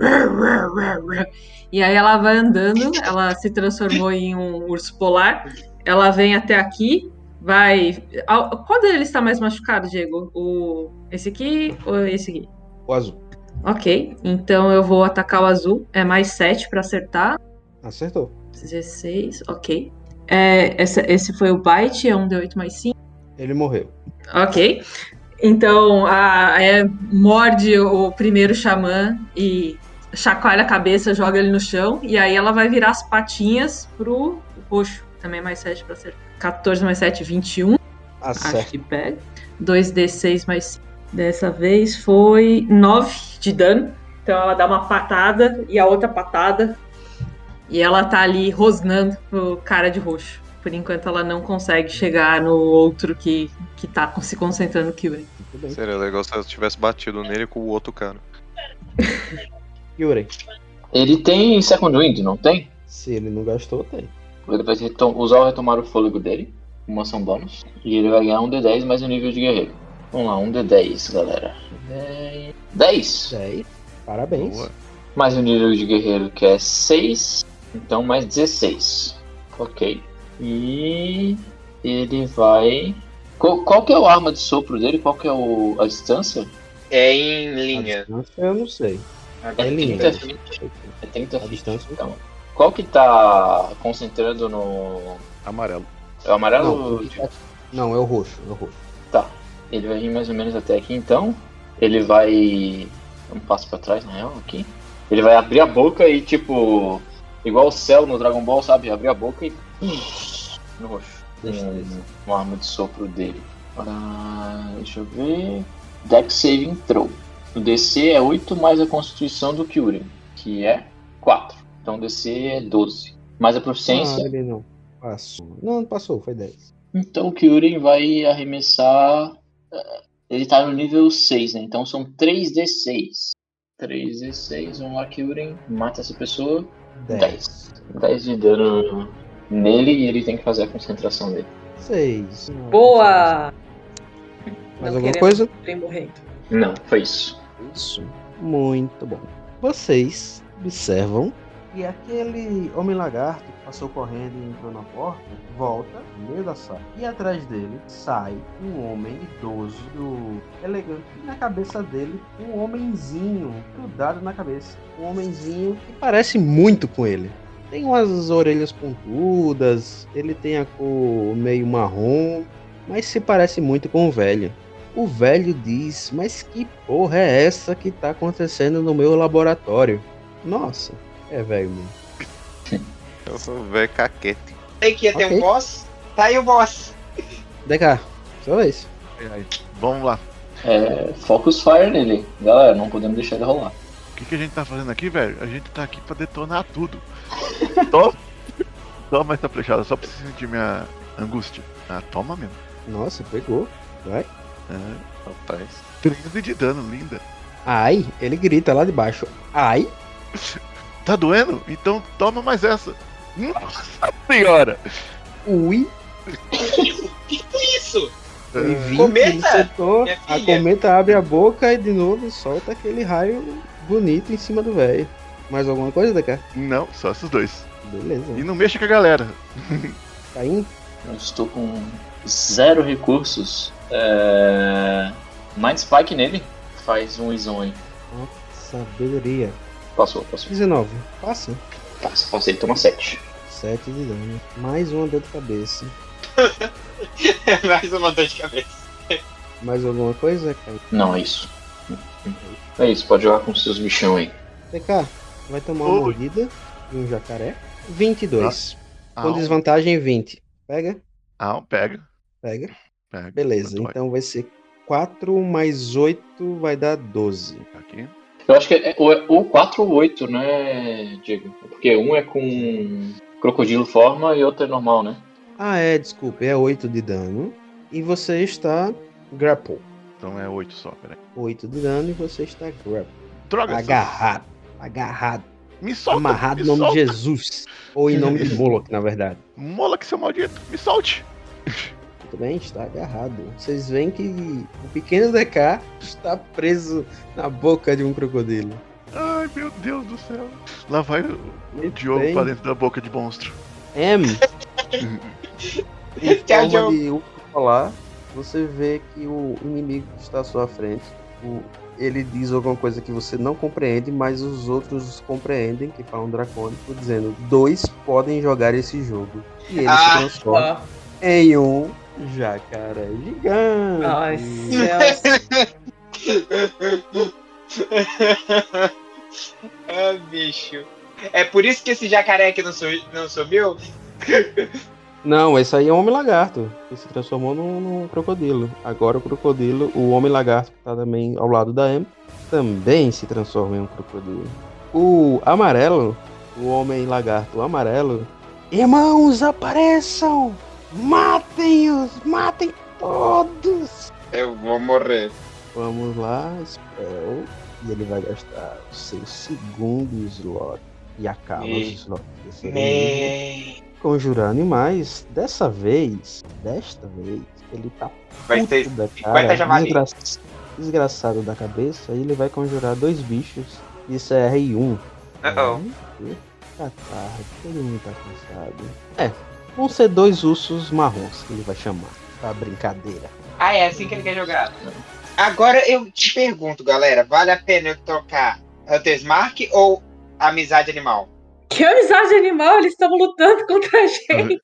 Speaker 6: E aí ela vai andando, ela se transformou em um urso polar. Ela vem até aqui, vai. Ao- Qual dele está mais machucado, Diego? O... Esse aqui ou esse aqui?
Speaker 4: O azul.
Speaker 6: Ok, então eu vou atacar o azul. É mais 7 pra acertar.
Speaker 4: Acertou.
Speaker 6: 16, ok. É, essa- esse foi o bite, é um D8 mais 5.
Speaker 4: Ele morreu.
Speaker 6: Ok. Então a, é, morde o primeiro xamã e chacoalha a cabeça, joga ele no chão. E aí ela vai virar as patinhas pro roxo. Também é mais 7 pra acertar. 14 mais 7, 21. Acho
Speaker 4: Acerta.
Speaker 6: que pega. 2d6 mais 5. Dessa vez foi 9 de dano. Então ela dá uma patada e a outra patada. E ela tá ali rosnando o cara de roxo. Por enquanto ela não consegue chegar no outro que, que tá con- se concentrando no Kyuri.
Speaker 4: Muito bem.
Speaker 7: Seria legal se eu tivesse batido nele com o outro cara.
Speaker 4: Kyuri.
Speaker 9: Ele tem Second Wind, não tem?
Speaker 4: Se ele não gastou, tem.
Speaker 9: Ele vai retom- usar o retomar o fôlego dele, uma ação bônus. E ele vai ganhar um D10 mais um nível de guerreiro. Vamos lá, um D10, galera. 10!
Speaker 4: 10. Parabéns.
Speaker 12: Boa.
Speaker 9: Mais um nível de guerreiro que é 6, então mais 16. Ok. E ele vai. Qual, qual que é o arma de sopro dele? Qual que é o, a distância?
Speaker 8: É em
Speaker 4: A
Speaker 8: linha.
Speaker 4: distância, eu não sei. É
Speaker 8: Agora-
Speaker 4: linha.
Speaker 9: 30 feet. É 30
Speaker 4: A
Speaker 9: feet.
Speaker 4: distância.
Speaker 9: Então, qual que tá concentrando no.
Speaker 12: Amarelo.
Speaker 9: É o amarelo?
Speaker 4: Não,
Speaker 9: ou-
Speaker 4: o que tá- não, é o roxo. É o roxo.
Speaker 9: Ele vai vir mais ou menos até aqui, então. Ele vai. Um passo pra trás, na real, aqui. Ele vai abrir a boca e, tipo. Igual o céu no Dragon Ball, sabe? Abrir a boca e. No roxo.
Speaker 4: Deixa eu ver.
Speaker 9: Um, uma arma de sopro dele. Ah, deixa eu ver. Deck Saving Throw. O DC é 8 mais a constituição do Kyurem, que é 4. Então o DC é 12. Mais a
Speaker 4: Ah,
Speaker 9: proficiência.
Speaker 4: ele não. Passou. Não, passou, foi 10.
Speaker 9: Então o Kyurem vai arremessar. eh, Ele tá no nível 6, né? Então são 3d6. 3d6, vamos lá, Kyurem. Mata essa pessoa.
Speaker 4: 10.
Speaker 9: 10 de dano nele e ele tem que fazer a concentração dele.
Speaker 4: 6.
Speaker 6: Boa!
Speaker 4: Mais
Speaker 6: Não
Speaker 4: alguma
Speaker 6: queremos
Speaker 4: coisa?
Speaker 6: Vem morrendo.
Speaker 9: Não, foi isso.
Speaker 4: Isso. Muito bom. Vocês observam e aquele homem-lagarto que passou correndo e entrou na porta volta no meio da sala. E atrás dele sai um homem idoso, do- elegante. E na cabeça dele, um homenzinho grudado na cabeça. Um homenzinho que parece muito com ele. Tem umas orelhas pontudas, ele tem a cor meio marrom, mas se parece muito com o velho. O velho diz: Mas que porra é essa que tá acontecendo no meu laboratório? Nossa, é velho mesmo.
Speaker 7: Eu sou um velho caquete.
Speaker 8: Sei que ia ter
Speaker 4: Ok.
Speaker 8: um boss. Tá aí o boss.
Speaker 4: DK, só vez.
Speaker 12: É, Vamos lá.
Speaker 9: É, Focus Fire nele. Galera, não podemos deixar ele rolar.
Speaker 12: O que, que a gente tá fazendo aqui, velho? A gente tá aqui pra detonar
Speaker 7: *laughs*
Speaker 12: tudo. Toma, toma essa flechada, só pra você sentir minha angústia. Ah, toma mesmo.
Speaker 4: Nossa, pegou. Vai.
Speaker 12: É,
Speaker 7: Rapaz.
Speaker 12: 13 de dano, linda.
Speaker 4: Ai, ele grita lá de baixo. Ai,
Speaker 12: Tá doendo? Então toma mais essa. Hum? Nossa senhora!
Speaker 4: ui.
Speaker 8: Isso! *laughs*
Speaker 4: Ui, vinte
Speaker 8: Cometa,
Speaker 4: no setor.
Speaker 8: É. minha
Speaker 4: A
Speaker 8: filha.
Speaker 4: cometa abre a boca e de novo solta aquele raio bonito em cima do velho. Mais alguma coisa, DK?
Speaker 12: Não, só esses dois. E
Speaker 4: Beleza.
Speaker 12: não mexa com a galera.
Speaker 4: Tá indo?
Speaker 9: Eu estou com zero recursos. É... Mind Spike nele. Faz um Izon aí.
Speaker 4: Sabedoria.
Speaker 9: Passou, passou.
Speaker 4: 19. Passa.
Speaker 9: Passa, passa. Ele toma 7.
Speaker 4: 7 de dano. Mais uma dor de cabeça.
Speaker 8: Mais uma dor de cabeça.
Speaker 4: Mais alguma coisa, cara?
Speaker 9: Não, é isso. É isso, pode jogar com seus bichão aí.
Speaker 4: TK, vai tomar uma
Speaker 12: Oi.
Speaker 4: mordida de um jacaré. 22. Com
Speaker 12: Au,
Speaker 4: desvantagem, 20. Pega?
Speaker 12: au, pega,
Speaker 4: Pega.
Speaker 12: pega.
Speaker 4: Beleza,
Speaker 12: Dói.
Speaker 4: então vai ser 4 mais 8 vai dar 12.
Speaker 7: então.
Speaker 12: Aqui.
Speaker 9: Eu acho que é ou- ou 4 ou 8, né, Diego? Porque um é com crocodilo forma e outro é normal, né?
Speaker 4: Ah, é, desculpa, é 8 de dano. E você está grapple.
Speaker 12: Então é 8 só, peraí.
Speaker 4: 8 de dano e você está grapple.
Speaker 12: Droga!
Speaker 4: Agarrado. Agarrado.
Speaker 12: Me solta!
Speaker 4: amarrado
Speaker 12: me
Speaker 4: em nome
Speaker 12: solta.
Speaker 4: de Jesus. Ou em nome
Speaker 12: *laughs*
Speaker 4: de Moloch, na verdade.
Speaker 12: Mola que seu maldito! Me solte!
Speaker 4: Muito bem, está agarrado. Vocês veem que o pequeno DK está preso na boca de um crocodilo.
Speaker 12: Ai meu Deus do céu! Lá vai o, o
Speaker 4: Muito
Speaker 12: Diogo
Speaker 4: bem.
Speaker 12: pra dentro da boca de monstro.
Speaker 4: M, em
Speaker 8: Tchau,
Speaker 4: forma
Speaker 8: Diogo.
Speaker 4: de urso polar, você vê que o inimigo que está à sua frente, o- ele diz alguma coisa que você não compreende, mas os outros compreendem, que falam dracônico, dizendo dois podem jogar esse jogo. E ele
Speaker 8: Ah,
Speaker 4: se transforma
Speaker 6: Ó,
Speaker 4: em um jacaré gigante. *laughs*
Speaker 6: nós, céus.
Speaker 8: ah, bicho. É por isso que esse jacaré aqui não, su- não subiu?
Speaker 4: Não, esse aí é o Homem Lagarto, que se transformou num, num crocodilo. Agora o crocodilo, o Homem Lagarto, que tá também ao lado da Em, também se transforma em um crocodilo. O amarelo, o Homem Lagarto amarelo. Irmãos, apareçam! Matem-os! Matem todos!
Speaker 8: Eu vou morrer.
Speaker 4: Vamos lá, Spell. E ele vai gastar o seu segundo slot. e acaba
Speaker 8: Ih.
Speaker 4: os slots desse
Speaker 8: é,
Speaker 4: elemento.
Speaker 8: Me...
Speaker 4: Conjurar animais, dessa vez, desta vez, ele tá
Speaker 8: Vai ter
Speaker 4: puto da
Speaker 8: 50
Speaker 4: cara,
Speaker 8: javali.
Speaker 4: desgra- desgraçado da cabeça, e ele vai conjurar dois bichos de CR1.
Speaker 8: Uh-oh.
Speaker 4: Né? Tá tarde, todo mundo tá cansado. É, vão ser dois ursos marrons que ele vai chamar. Tá brincadeira.
Speaker 8: Ah, é assim que ele quer jogar. Agora eu te pergunto, galera, vale a pena eu trocar Hunter's Mark ou Amizade Animal?
Speaker 6: Que amizade animal, eles estão lutando contra a gente.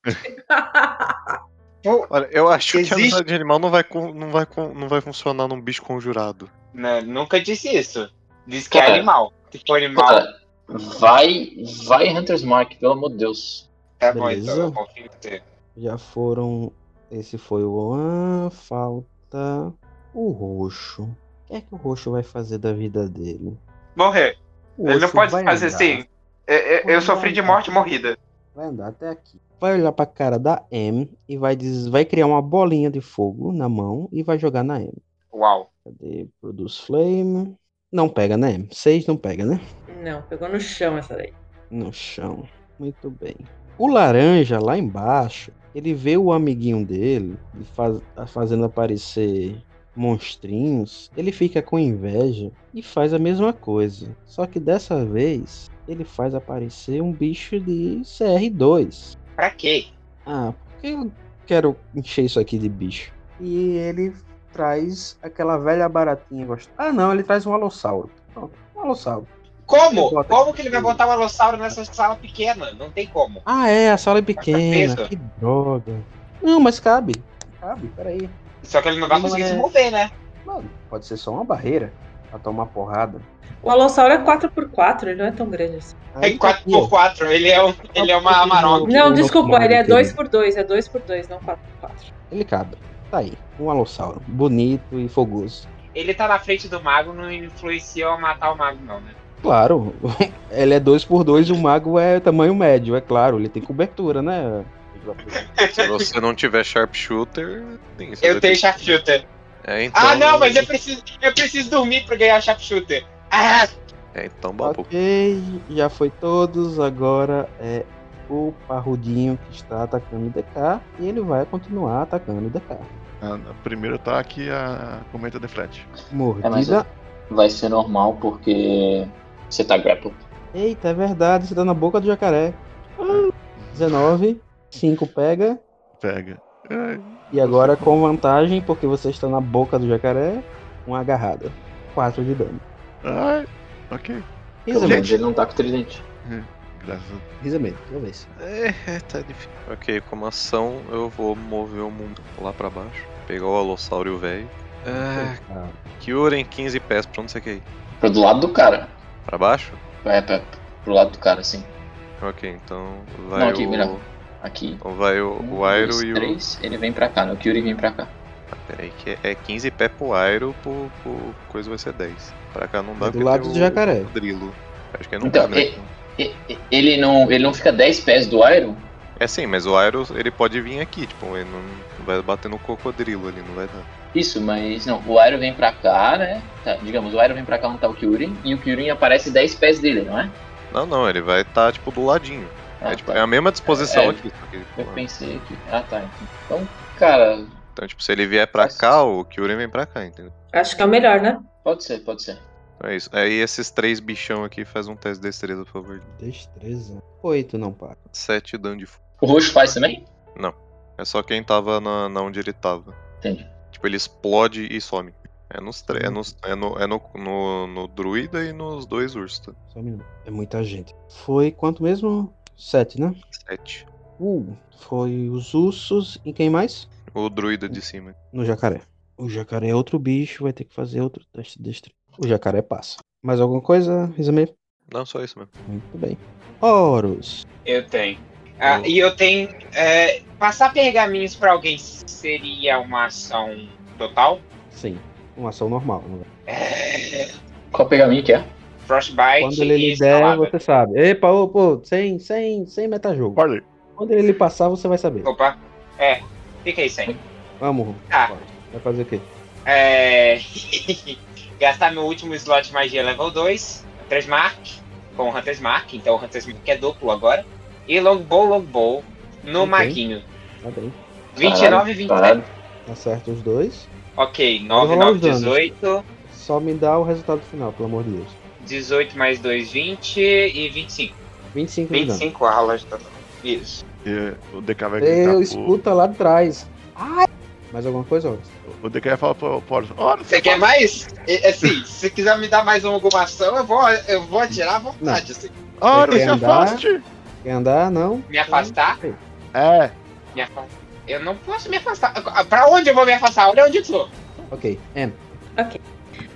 Speaker 8: Pô,
Speaker 7: Olha, eu acho que a
Speaker 8: Existe-
Speaker 7: amizade animal não vai, con- não, vai, con- não vai funcionar num bicho conjurado.
Speaker 8: Não, Né, nunca disse isso. Diz que é,
Speaker 9: Cara.
Speaker 8: animal. Se for animal,
Speaker 9: Cara, vai, vai Hunter's Mark, pelo amor de Deus.
Speaker 8: tá bom
Speaker 4: beleza.
Speaker 8: então, eu confio em você.
Speaker 4: Já foram. Esse foi o Oan, falta o roxo. O que é que o roxo vai fazer da vida dele?
Speaker 8: Morrer.
Speaker 4: O
Speaker 8: ele não
Speaker 4: roxo
Speaker 8: pode
Speaker 4: vai
Speaker 8: fazer
Speaker 4: andar.
Speaker 8: assim. É, é, Eu,
Speaker 4: Vai
Speaker 8: sofri de
Speaker 4: andar.
Speaker 8: morte morrida.
Speaker 4: Vai andar até aqui. Vai olhar pra cara da M e vai dizer, vai criar uma bolinha de fogo na mão e vai jogar na M.
Speaker 8: Uau.
Speaker 4: Cadê? Produz flame. Não pega, né? M? Seis não pega, né?
Speaker 6: Não, pegou no chão essa daí.
Speaker 4: No chão. Muito bem. O laranja lá embaixo, ele vê o amiguinho dele faz- tá fazendo aparecer monstrinhos. Ele fica com inveja e faz a mesma coisa. Só que dessa vez ele faz aparecer um bicho de CR2.
Speaker 8: Pra quê?
Speaker 4: Ah, porque eu quero encher isso aqui de bicho. E ele traz aquela velha baratinha gostosa. Ah, não, ele traz um alossauro. Pronto, um alossauro.
Speaker 8: Como?
Speaker 4: Ele bota-
Speaker 8: Como que ele vai botar o Alossauro nessa sala pequena? Não tem como.
Speaker 4: Ah, é, a sala é pequena.
Speaker 8: peso.
Speaker 4: Que droga. Não, mas cabe. Cabe, peraí.
Speaker 8: Só que ele não vai conseguir
Speaker 4: Mas-
Speaker 8: se mover, né?
Speaker 4: Mano, pode ser só uma barreira pra tomar porrada.
Speaker 6: O Alossauro é 4x4, ele não é tão grande assim.
Speaker 8: É
Speaker 4: Aí tá aqui, ó.
Speaker 8: 4x4, ele é, um, ele é uma Amarok.
Speaker 6: Não,
Speaker 4: Nossa,
Speaker 6: desculpa, ele é
Speaker 4: maravilha.
Speaker 6: 2x2, é 2x2, não 4x4.
Speaker 4: Ele cabe. Tá aí, um alossauro. Bonito e fogoso.
Speaker 8: Ele tá na frente do mago, não influenciou a matar o mago, não, né?
Speaker 4: Claro, *laughs* ele é dois por dois e o mago é tamanho médio, é claro. Ele tem cobertura, né?
Speaker 7: Se você não tiver sharpshooter, tem isso.
Speaker 8: Eu tenho sharpshooter.
Speaker 7: É, então...
Speaker 8: Ah, não, mas eu preciso, eu preciso dormir pra ganhar sharpshooter. Ah,
Speaker 7: É, então, babu.
Speaker 4: Ok, já foi todos. Agora é o Parrudinho que está atacando o DK e ele vai continuar atacando o DK.
Speaker 12: Ah, no primeiro ataque, a comenta deflete.
Speaker 4: Mordida.
Speaker 9: É, mas Vai ser normal porque você tá grapple.
Speaker 4: Eita, é verdade, você tá na boca do jacaré. Ah, 19, 5 pega.
Speaker 12: Pega. É,
Speaker 4: E agora com vantagem, porque você está na boca do jacaré, uma agarrada. 4 de dano.
Speaker 12: ai, ok.
Speaker 9: Pelo
Speaker 4: Risa
Speaker 9: menos
Speaker 4: mesmo,
Speaker 9: ele não tá com tridente.
Speaker 12: Graças a
Speaker 4: risa mesmo, deixa eu ver se-
Speaker 7: É, é, tá difícil. Ok, como ação, eu vou mover o mundo lá pra baixo. Pegar o Alossauro e o velho. Ah,
Speaker 4: Ah,
Speaker 7: Kyuren 15 pés, pra onde você quer ir?
Speaker 9: Pro do lado do cara.
Speaker 7: Pra baixo?
Speaker 9: É, pra, pro lado do cara, assim.
Speaker 7: Ok, então vai
Speaker 9: Não, aqui,
Speaker 7: o...
Speaker 9: melhor. Aqui.
Speaker 7: então vai o,
Speaker 9: Um,
Speaker 7: o Airo
Speaker 9: dois,
Speaker 7: e o...
Speaker 9: três, ele vem pra cá, né? O Kyuri vem pra cá.
Speaker 7: Ah, peraí, que é, é 15 pé pro Airo, pro, pro coisa vai ser 10. Pra cá não dá
Speaker 4: É do
Speaker 7: porque
Speaker 4: lado
Speaker 7: tem
Speaker 4: do
Speaker 7: o-
Speaker 4: jacaré.
Speaker 7: o Drilo. Acho que não
Speaker 9: Então,
Speaker 7: cabe,
Speaker 9: e-
Speaker 7: né?
Speaker 9: E- e- Ele não, ele não fica 10 pés do Iron?
Speaker 7: É sim, mas o Airo ele pode vir aqui, tipo, ele não não vai bater no cocodrilo ali, não vai dar.
Speaker 9: Isso, mas não. O Iron vem pra cá, né? Tá, digamos, o Iron vem pra cá onde tá o Kyuri. E o Kyuri aparece 10 pés dele, não é?
Speaker 7: Não, não, ele vai estar, tipo, do ladinho.
Speaker 9: Ah,
Speaker 7: é, tipo,
Speaker 9: tá.
Speaker 7: é a mesma disposição
Speaker 9: É,
Speaker 7: aqui. só que, tipo,
Speaker 9: Eu pensei que. Ah, tá. Então, cara,
Speaker 7: Então, tipo, se ele vier pra
Speaker 9: Faz-
Speaker 7: cá, o Kyurem vem pra cá, entendeu?
Speaker 6: Acho que é o melhor, né?
Speaker 9: pode ser, pode ser.
Speaker 7: Então é isso. Aí esses três bichão aqui faz um teste de destreza, por favor.
Speaker 4: Destreza. 8 não para.
Speaker 7: Sete dano de fogo.
Speaker 9: O roxo faz também?
Speaker 7: É só quem tava na, na onde ele tava.
Speaker 9: Entendi. Uhum.
Speaker 7: Tipo, ele explode e some. É nos três. É, nos, é, no, é no, no, no druida e nos dois ursos. Tá?
Speaker 4: Só um minuto. É muita gente. Foi quanto mesmo? 7, né?
Speaker 7: Sete.
Speaker 4: Uh, foi os ursos e quem mais?
Speaker 7: O druida de cima.
Speaker 4: No jacaré. O jacaré é outro bicho, vai ter que fazer outro teste de destreza. O jacaré passa. Mais alguma coisa, Rizame?
Speaker 7: Não, só isso mesmo.
Speaker 4: Muito bem. Horus.
Speaker 8: eu tenho. Ah,
Speaker 7: Eu-
Speaker 8: e eu tenho. é, passar pergaminhos pra alguém seria uma ação total?
Speaker 4: Sim. Uma ação normal. não é?
Speaker 8: É,
Speaker 9: Qual pegaminho que é?
Speaker 8: Frostbite.
Speaker 4: Quando ele
Speaker 8: e
Speaker 4: lhe der,
Speaker 8: escalada.
Speaker 4: você sabe. Epa, ô, pô, sem, sem, sem metajogo.
Speaker 12: Parley.
Speaker 4: Quando ele lhe passar, você vai saber.
Speaker 8: Opa. É. Fica aí sem.
Speaker 4: Vamos.
Speaker 8: Ah.
Speaker 4: Horus. Vai fazer o quê?
Speaker 8: *laughs* É... Gastar meu último slot de magia level 2, Transmark, com o Hunter's Mark, então o Hunter's Mark é duplo agora. E Longbow, Longbow no
Speaker 4: Ok.
Speaker 8: Maguinho.
Speaker 4: Tá bem.
Speaker 8: 29 e 27.
Speaker 4: Acerta os dois.
Speaker 8: Ok,
Speaker 4: Vou
Speaker 8: 9,
Speaker 4: rolar
Speaker 8: 9,
Speaker 4: os danos.
Speaker 8: 18.
Speaker 4: Só me dá o resultado final, pelo amor de Deus.
Speaker 8: 18 mais 2, 20 e 25.
Speaker 4: 25 de dano.
Speaker 8: 25 aulas total. Isso.
Speaker 12: E o DK vai gritar.
Speaker 4: Eu
Speaker 12: pro-
Speaker 4: escuta lá atrás. Ai! Mais alguma coisa, Horus?
Speaker 12: O DK vai falar pro pro Horus. Horus,
Speaker 8: Você quer mais? E- Assim, se você quiser me dar mais alguma ação, eu vou, eu vou atirar à vontade. assim.
Speaker 12: Horus,
Speaker 4: Você
Speaker 12: se
Speaker 4: quer andar?
Speaker 12: afaste!
Speaker 4: Quer andar? Não?
Speaker 8: Me afastar?
Speaker 12: É,
Speaker 8: Me afastar. Eu não posso me afastar. Pra onde eu vou me afastar? Olha onde eu tô.
Speaker 4: Ok. M.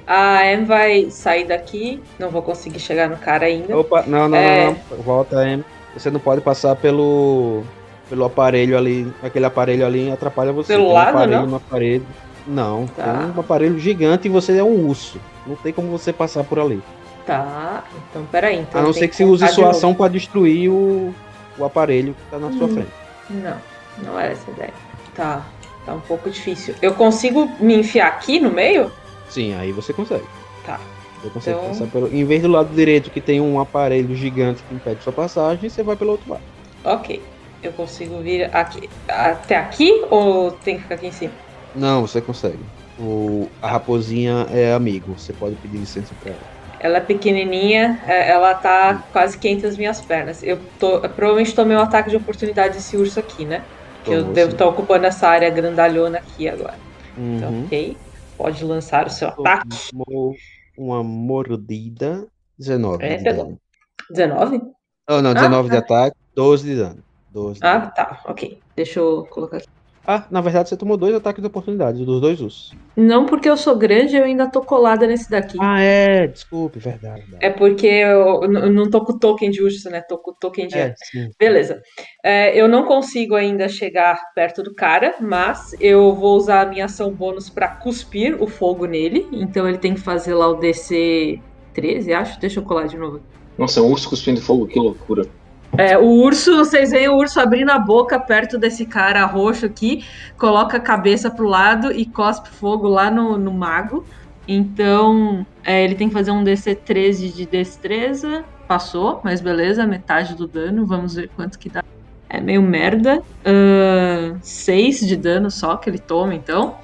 Speaker 6: A Em vai sair daqui. Não vou conseguir chegar no cara ainda.
Speaker 4: Opa, não, não,
Speaker 6: É.
Speaker 4: não, não. Volta, M. Você não pode passar pelo. pelo aparelho ali. Aquele aparelho ali atrapalha você.
Speaker 6: Pelo
Speaker 4: Tem um
Speaker 6: lado,
Speaker 4: aparelho
Speaker 6: não?
Speaker 4: no aparelho. Não,
Speaker 6: Tá.
Speaker 4: tem um aparelho gigante e você é um urso. Não tem como você passar por ali.
Speaker 6: Tá. Então, peraí. Então
Speaker 4: a não
Speaker 6: eu tenho
Speaker 4: ser que você use
Speaker 6: contar de
Speaker 4: sua
Speaker 6: novo.
Speaker 4: ação pra destruir o, o aparelho que tá na sua
Speaker 6: Hum.
Speaker 4: frente.
Speaker 6: Não, não era essa ideia. Tá. Tá um pouco difícil. Eu consigo me enfiar aqui no meio?
Speaker 4: Sim, aí você consegue.
Speaker 6: Tá.
Speaker 4: Você consegue
Speaker 6: Então-
Speaker 4: passar pelo. Em vez do lado direito que tem um aparelho gigante que impede sua passagem, você vai pelo outro lado.
Speaker 6: Ok. Eu consigo vir aqui. Até aqui ou tem que ficar aqui em cima?
Speaker 4: Não, você consegue. O, a raposinha é amigo. Você pode pedir licença pra ela.
Speaker 6: Ela é pequenininha, é, ela tá quase que entre as minhas pernas. Eu tô, eu provavelmente tomei um ataque de oportunidade desse urso aqui, né? Que eu
Speaker 4: Tomou,
Speaker 6: devo
Speaker 4: sim.
Speaker 6: estar ocupando essa área grandalhona aqui agora. Então,
Speaker 4: Uhum.
Speaker 6: ok. Pode lançar o seu
Speaker 4: tá.
Speaker 6: ataque.
Speaker 4: Tomou uma mordida. 19
Speaker 6: É,
Speaker 4: de
Speaker 6: pegou.
Speaker 4: dano.
Speaker 6: 19?
Speaker 4: Oh, não, 19 de ataque, 12 de dano. 12 de
Speaker 6: tá. Ah,
Speaker 4: dano.
Speaker 6: tá. Ok. Deixa eu colocar aqui.
Speaker 4: Ah, na verdade você tomou dois ataques de oportunidade, dos dois ursos.
Speaker 6: Não porque eu sou grande, eu ainda tô colada nesse daqui.
Speaker 4: Ah, é, desculpe, verdade. verdade.
Speaker 6: É porque eu, n- eu não tô com token de urso, né? Tô com token de.
Speaker 4: É, sim.
Speaker 6: Beleza. É, eu não consigo ainda chegar perto do cara, mas eu vou usar a minha ação bônus pra cuspir o fogo nele. Então ele tem que fazer lá o DC 13, acho. Deixa eu colar de novo.
Speaker 9: Nossa, um urso cuspindo fogo, que loucura.
Speaker 6: É, o urso, vocês veem o urso abrindo a boca perto desse cara roxo aqui, coloca a cabeça pro lado e cospe fogo lá no, no mago. Então, é, ele tem que fazer um DC 13 de destreza. Passou, mas beleza, metade do dano. Vamos ver quanto que dá. É meio merda. 6 de dano só que ele toma, então.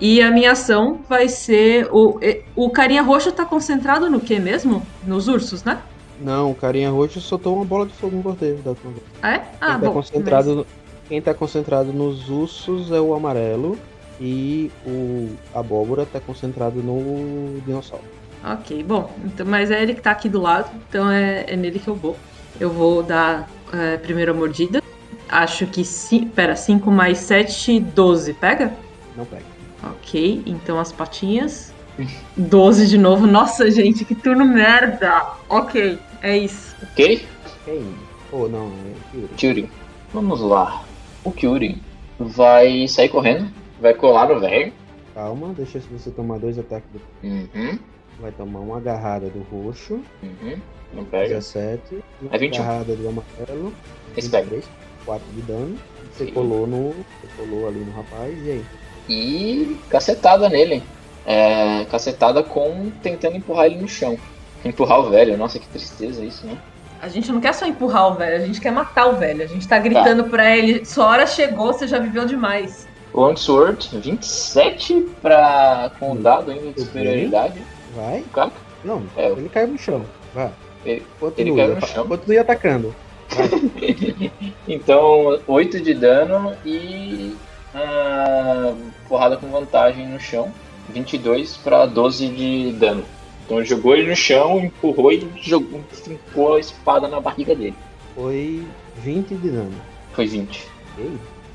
Speaker 6: E a minha ação vai ser. O, e- o carinha roxo tá concentrado no que mesmo? Nos ursos, né?
Speaker 4: Não, o carinha roxo soltou uma bola de fogo no cortejo da última vez.
Speaker 6: Ah, é? Ah,
Speaker 4: quem, tá
Speaker 6: bom,
Speaker 4: concentrado, no- quem tá concentrado nos ursos é o amarelo e o a abóbora tá concentrado no dinossauro.
Speaker 6: Ok, bom, então, mas é ele que tá aqui do lado, então é, é nele que eu vou. Eu vou dar é, a primeira mordida. Acho que ci- pera, 5 mais 7, 12. Pega?
Speaker 4: Não pega.
Speaker 6: Ok, então as patinhas. 12 de novo. Nossa, gente, que turno merda! Ok, é isso.
Speaker 9: Ok?
Speaker 4: Quem? Ou não, é Yuri.
Speaker 9: Kyurin. Vamos lá. O Kyurin vai sair correndo, vai colar o velho.
Speaker 4: Calma, deixa você tomar dois ataques. do-
Speaker 9: Uhum,
Speaker 4: Vai tomar uma agarrada do roxo,
Speaker 9: uhum. Não pega.
Speaker 4: 17. Uma
Speaker 9: É 21.
Speaker 4: agarrada do amarelo,
Speaker 9: Esse pega.
Speaker 4: 23, 4 de dano. Você
Speaker 9: Sim.
Speaker 4: colou no. Você colou ali no rapaz e aí?
Speaker 9: E cacetada nele. É, cacetada com tentando empurrar ele no chão. *laughs* Empurrar o velho. Nossa, que tristeza isso, né?
Speaker 6: A gente não quer só empurrar o velho, a gente quer matar o velho. A gente tá gritando pra ele: sua hora chegou, você já viveu demais.
Speaker 9: Longsword, 27 pra, com o dado ainda de
Speaker 4: Tudo
Speaker 9: superioridade.
Speaker 4: Vai?
Speaker 9: Claro.
Speaker 4: Não,
Speaker 9: É.
Speaker 4: ele caiu no chão. Vai.
Speaker 9: Ele-
Speaker 4: Continue,
Speaker 9: ele caiu no
Speaker 4: apa-
Speaker 9: chão.
Speaker 4: continue atacando.
Speaker 9: *laughs* Então, 8 de dano e ah, porrada com vantagem no chão. 22 pra 12 de dano. Então jogou ele no chão, empurrou e jogou, fincou a espada na barriga dele.
Speaker 4: Foi 20 de dano.
Speaker 9: Foi 20.
Speaker 4: Ok.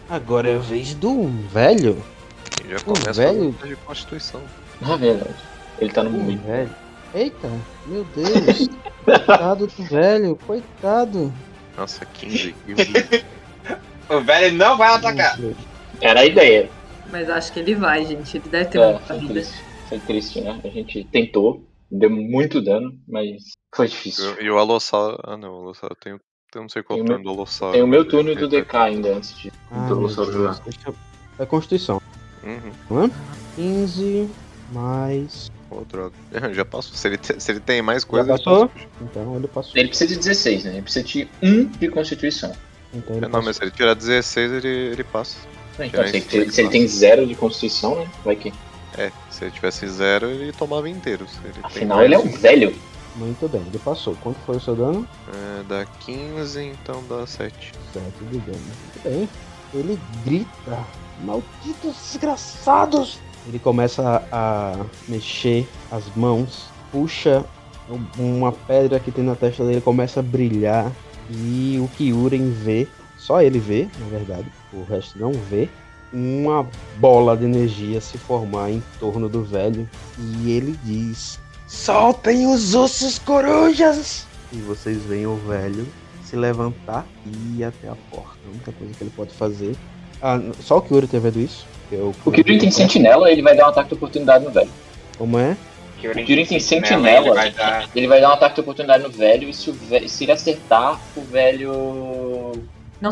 Speaker 4: Agora é a vez do velho.
Speaker 7: E já
Speaker 4: Pô,
Speaker 7: começa
Speaker 4: velho.
Speaker 7: a luta de constituição.
Speaker 9: Na verdade. Ele tá no
Speaker 4: Hum,
Speaker 9: momento.
Speaker 4: velho. Eita, meu Deus. coitado do velho, coitado.
Speaker 9: *laughs*
Speaker 7: Nossa, 15, 15.
Speaker 8: O velho não vai atacar.
Speaker 4: Meu Deus.
Speaker 9: Era a ideia.
Speaker 6: Mas acho que ele vai, gente. Ele deve ter
Speaker 9: É,
Speaker 6: muita
Speaker 9: foi
Speaker 6: vida.
Speaker 9: triste. Foi triste, né? A gente tentou, deu muito dano, mas foi difícil.
Speaker 7: e o Alossauro. Ah não, o Alossauro tem. Eu não sei qual
Speaker 9: Tem
Speaker 7: o
Speaker 9: o
Speaker 7: turno
Speaker 9: meu-
Speaker 7: do Alossauro.
Speaker 9: Tem o meu
Speaker 7: mas
Speaker 9: turno e
Speaker 7: ele
Speaker 9: do
Speaker 7: tá-
Speaker 9: DK ainda antes de
Speaker 4: Ah,
Speaker 9: do
Speaker 4: meu
Speaker 9: Alossauro
Speaker 4: Deus,
Speaker 9: jogar.
Speaker 4: deixa eu- É Constituição.
Speaker 7: Uhum.
Speaker 4: 15 mais
Speaker 7: Ô, droga. *laughs* Já passou. Se ele, te- se ele tem mais coisa,
Speaker 4: passou?
Speaker 7: ele passa.
Speaker 4: Então ele passou.
Speaker 9: Ele precisa de 16, né? Ele precisa de 1 de constituição.
Speaker 4: Então ele
Speaker 7: Não,
Speaker 4: passou.
Speaker 7: mas se ele tirar 16, ele, ele passa.
Speaker 9: Então,
Speaker 7: Já
Speaker 9: se,
Speaker 7: isso
Speaker 9: ele, se ele tem 0 de constituição, né? Vai que.
Speaker 7: É, se ele tivesse zero, ele tomava inteiro. Se ele tem
Speaker 9: Afinal,
Speaker 7: mais
Speaker 9: ele é um velho.
Speaker 4: Muito bem, ele passou. Quanto foi o seu dano?
Speaker 9: um.
Speaker 7: É, dá 15, então dá 7.
Speaker 4: 7 de dano. Muito bem. Ele grita: Malditos desgraçados! Ele começa a mexer as mãos, puxa um, uma pedra que tem na testa dele, começa a brilhar. E o Kyuren vê, só ele vê, na verdade, o resto não vê, uma bola de energia se formar em torno do velho. E ele diz: Soltem os ossos corujas! E vocês veem o velho se levantar e ir até a porta. A única coisa que ele pode fazer. Ah, n- só o Kyuri teve vendo isso? Que é eu-
Speaker 9: O Kyurin tem sentinela, ele vai dar um ataque de oportunidade no velho.
Speaker 4: Como é?
Speaker 8: Que né,
Speaker 9: O Kyurin tem
Speaker 8: Ele
Speaker 9: sentinela,
Speaker 8: vai dar.
Speaker 9: ele vai dar um ataque de oportunidade no velho e se, o velho, se ele acertar, o velho
Speaker 6: Não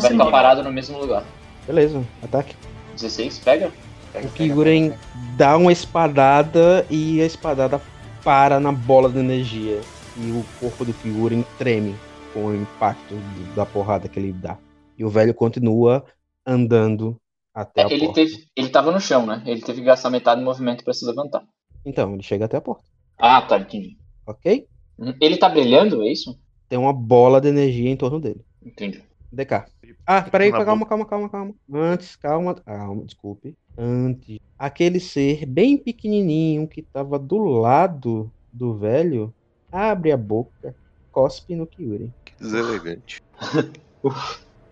Speaker 9: vai
Speaker 6: se
Speaker 9: ficar
Speaker 6: move.
Speaker 9: parado no mesmo lugar.
Speaker 4: Beleza, ataque.
Speaker 9: 16, pega?
Speaker 4: O Kyuren dá uma espadada e a espadada para na bola de energia. E o corpo do Kyuren treme com o impacto do- da porrada que ele dá. E o velho continua andando até
Speaker 9: É,
Speaker 4: a
Speaker 9: ele,
Speaker 4: porta.
Speaker 9: teve, ele tava no chão, né? Ele teve que gastar metade do movimento pra se levantar.
Speaker 4: Então, ele chega até a porta,
Speaker 9: Ah, tá, entendi.
Speaker 4: ok?
Speaker 9: Hum, Ele tá brilhando, é isso?
Speaker 4: Tem uma bola de energia em torno dele.
Speaker 9: Entendi.
Speaker 4: DK. Ah, peraí,
Speaker 12: Tipo, Na
Speaker 4: calma, calma, calma, calma. Antes, calma, calma, desculpe. Antes. Aquele ser bem pequenininho que tava do lado do velho abre a boca, cospe no Kyuri.
Speaker 7: Que deselegante. *laughs*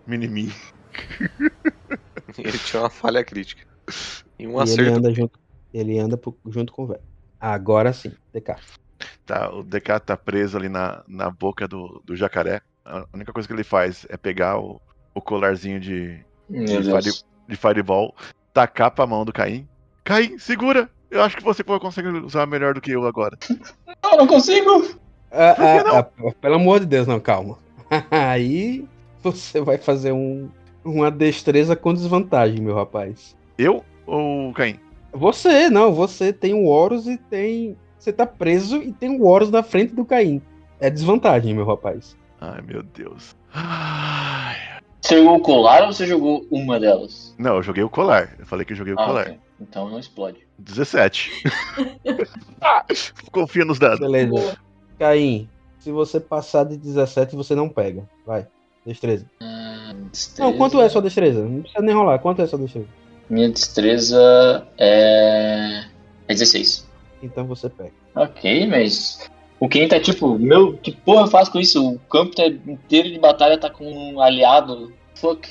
Speaker 12: Minimi.
Speaker 7: ele tinha uma falha crítica. E um
Speaker 4: e ele
Speaker 7: acerto.
Speaker 4: anda junto, ele anda pro- junto com o velho. Agora sim, DK.
Speaker 12: Tá, o DK tá preso ali na, na boca do, do jacaré. A única coisa que ele faz é pegar o, o colarzinho de,
Speaker 9: Meu
Speaker 12: Ele
Speaker 9: Deus.
Speaker 12: de Fireball, tacar pra mão do Caim. Caim, segura! Eu acho que você pô, consegue usar melhor do que eu agora.
Speaker 9: Não, não consigo!
Speaker 4: Ah,
Speaker 12: Por que
Speaker 4: ah, ah, pelo amor de Deus, não, calma. *laughs* Aí você vai fazer um, uma destreza com desvantagem, meu rapaz.
Speaker 12: Eu ou o Caim?
Speaker 4: Você, não, você tem o Horus e tem. Você tá preso e tem o Horus na frente do Caim. É desvantagem, meu rapaz.
Speaker 12: Ai, meu Deus. Ai.
Speaker 9: Você jogou o colar ou você jogou uma delas?
Speaker 12: Não, eu joguei o colar. Eu falei que eu joguei o
Speaker 9: Ah,
Speaker 12: colar.
Speaker 9: ok. Então não explode. *laughs*
Speaker 12: 17. Ah, Confia nos dados.
Speaker 4: Beleza.
Speaker 6: Boa.
Speaker 4: Caim, se você passar de 17, você não pega. Vai. Destreza. Não, quanto é sua destreza? Não precisa nem rolar. Quanto é sua destreza?
Speaker 9: Minha destreza é. É 16.
Speaker 4: Então você pega.
Speaker 9: Ok, mas. O Ken tá tipo, meu, que porra eu faço com isso? O campo tá inteiro de batalha tá com um aliado. Fuck.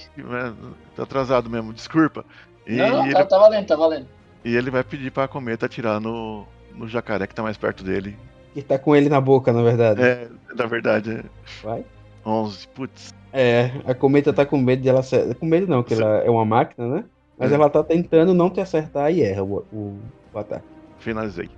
Speaker 12: Tá atrasado mesmo, desculpa. E,
Speaker 9: não, não,
Speaker 12: ele,
Speaker 9: tá, tá valendo, tá valendo.
Speaker 12: e ele vai pedir pra cometa atirar no, no jacaré que tá mais perto dele.
Speaker 4: Que tá com ele na boca, na verdade.
Speaker 12: É, na verdade, é
Speaker 4: Vai.
Speaker 12: 11. Putz,
Speaker 4: É, a cometa tá com medo de ela ser. Com medo não, que ela é uma máquina, né? Mas
Speaker 12: É.
Speaker 4: ela tá tentando não te acertar e erra o, o, o ataque.
Speaker 12: finalizei.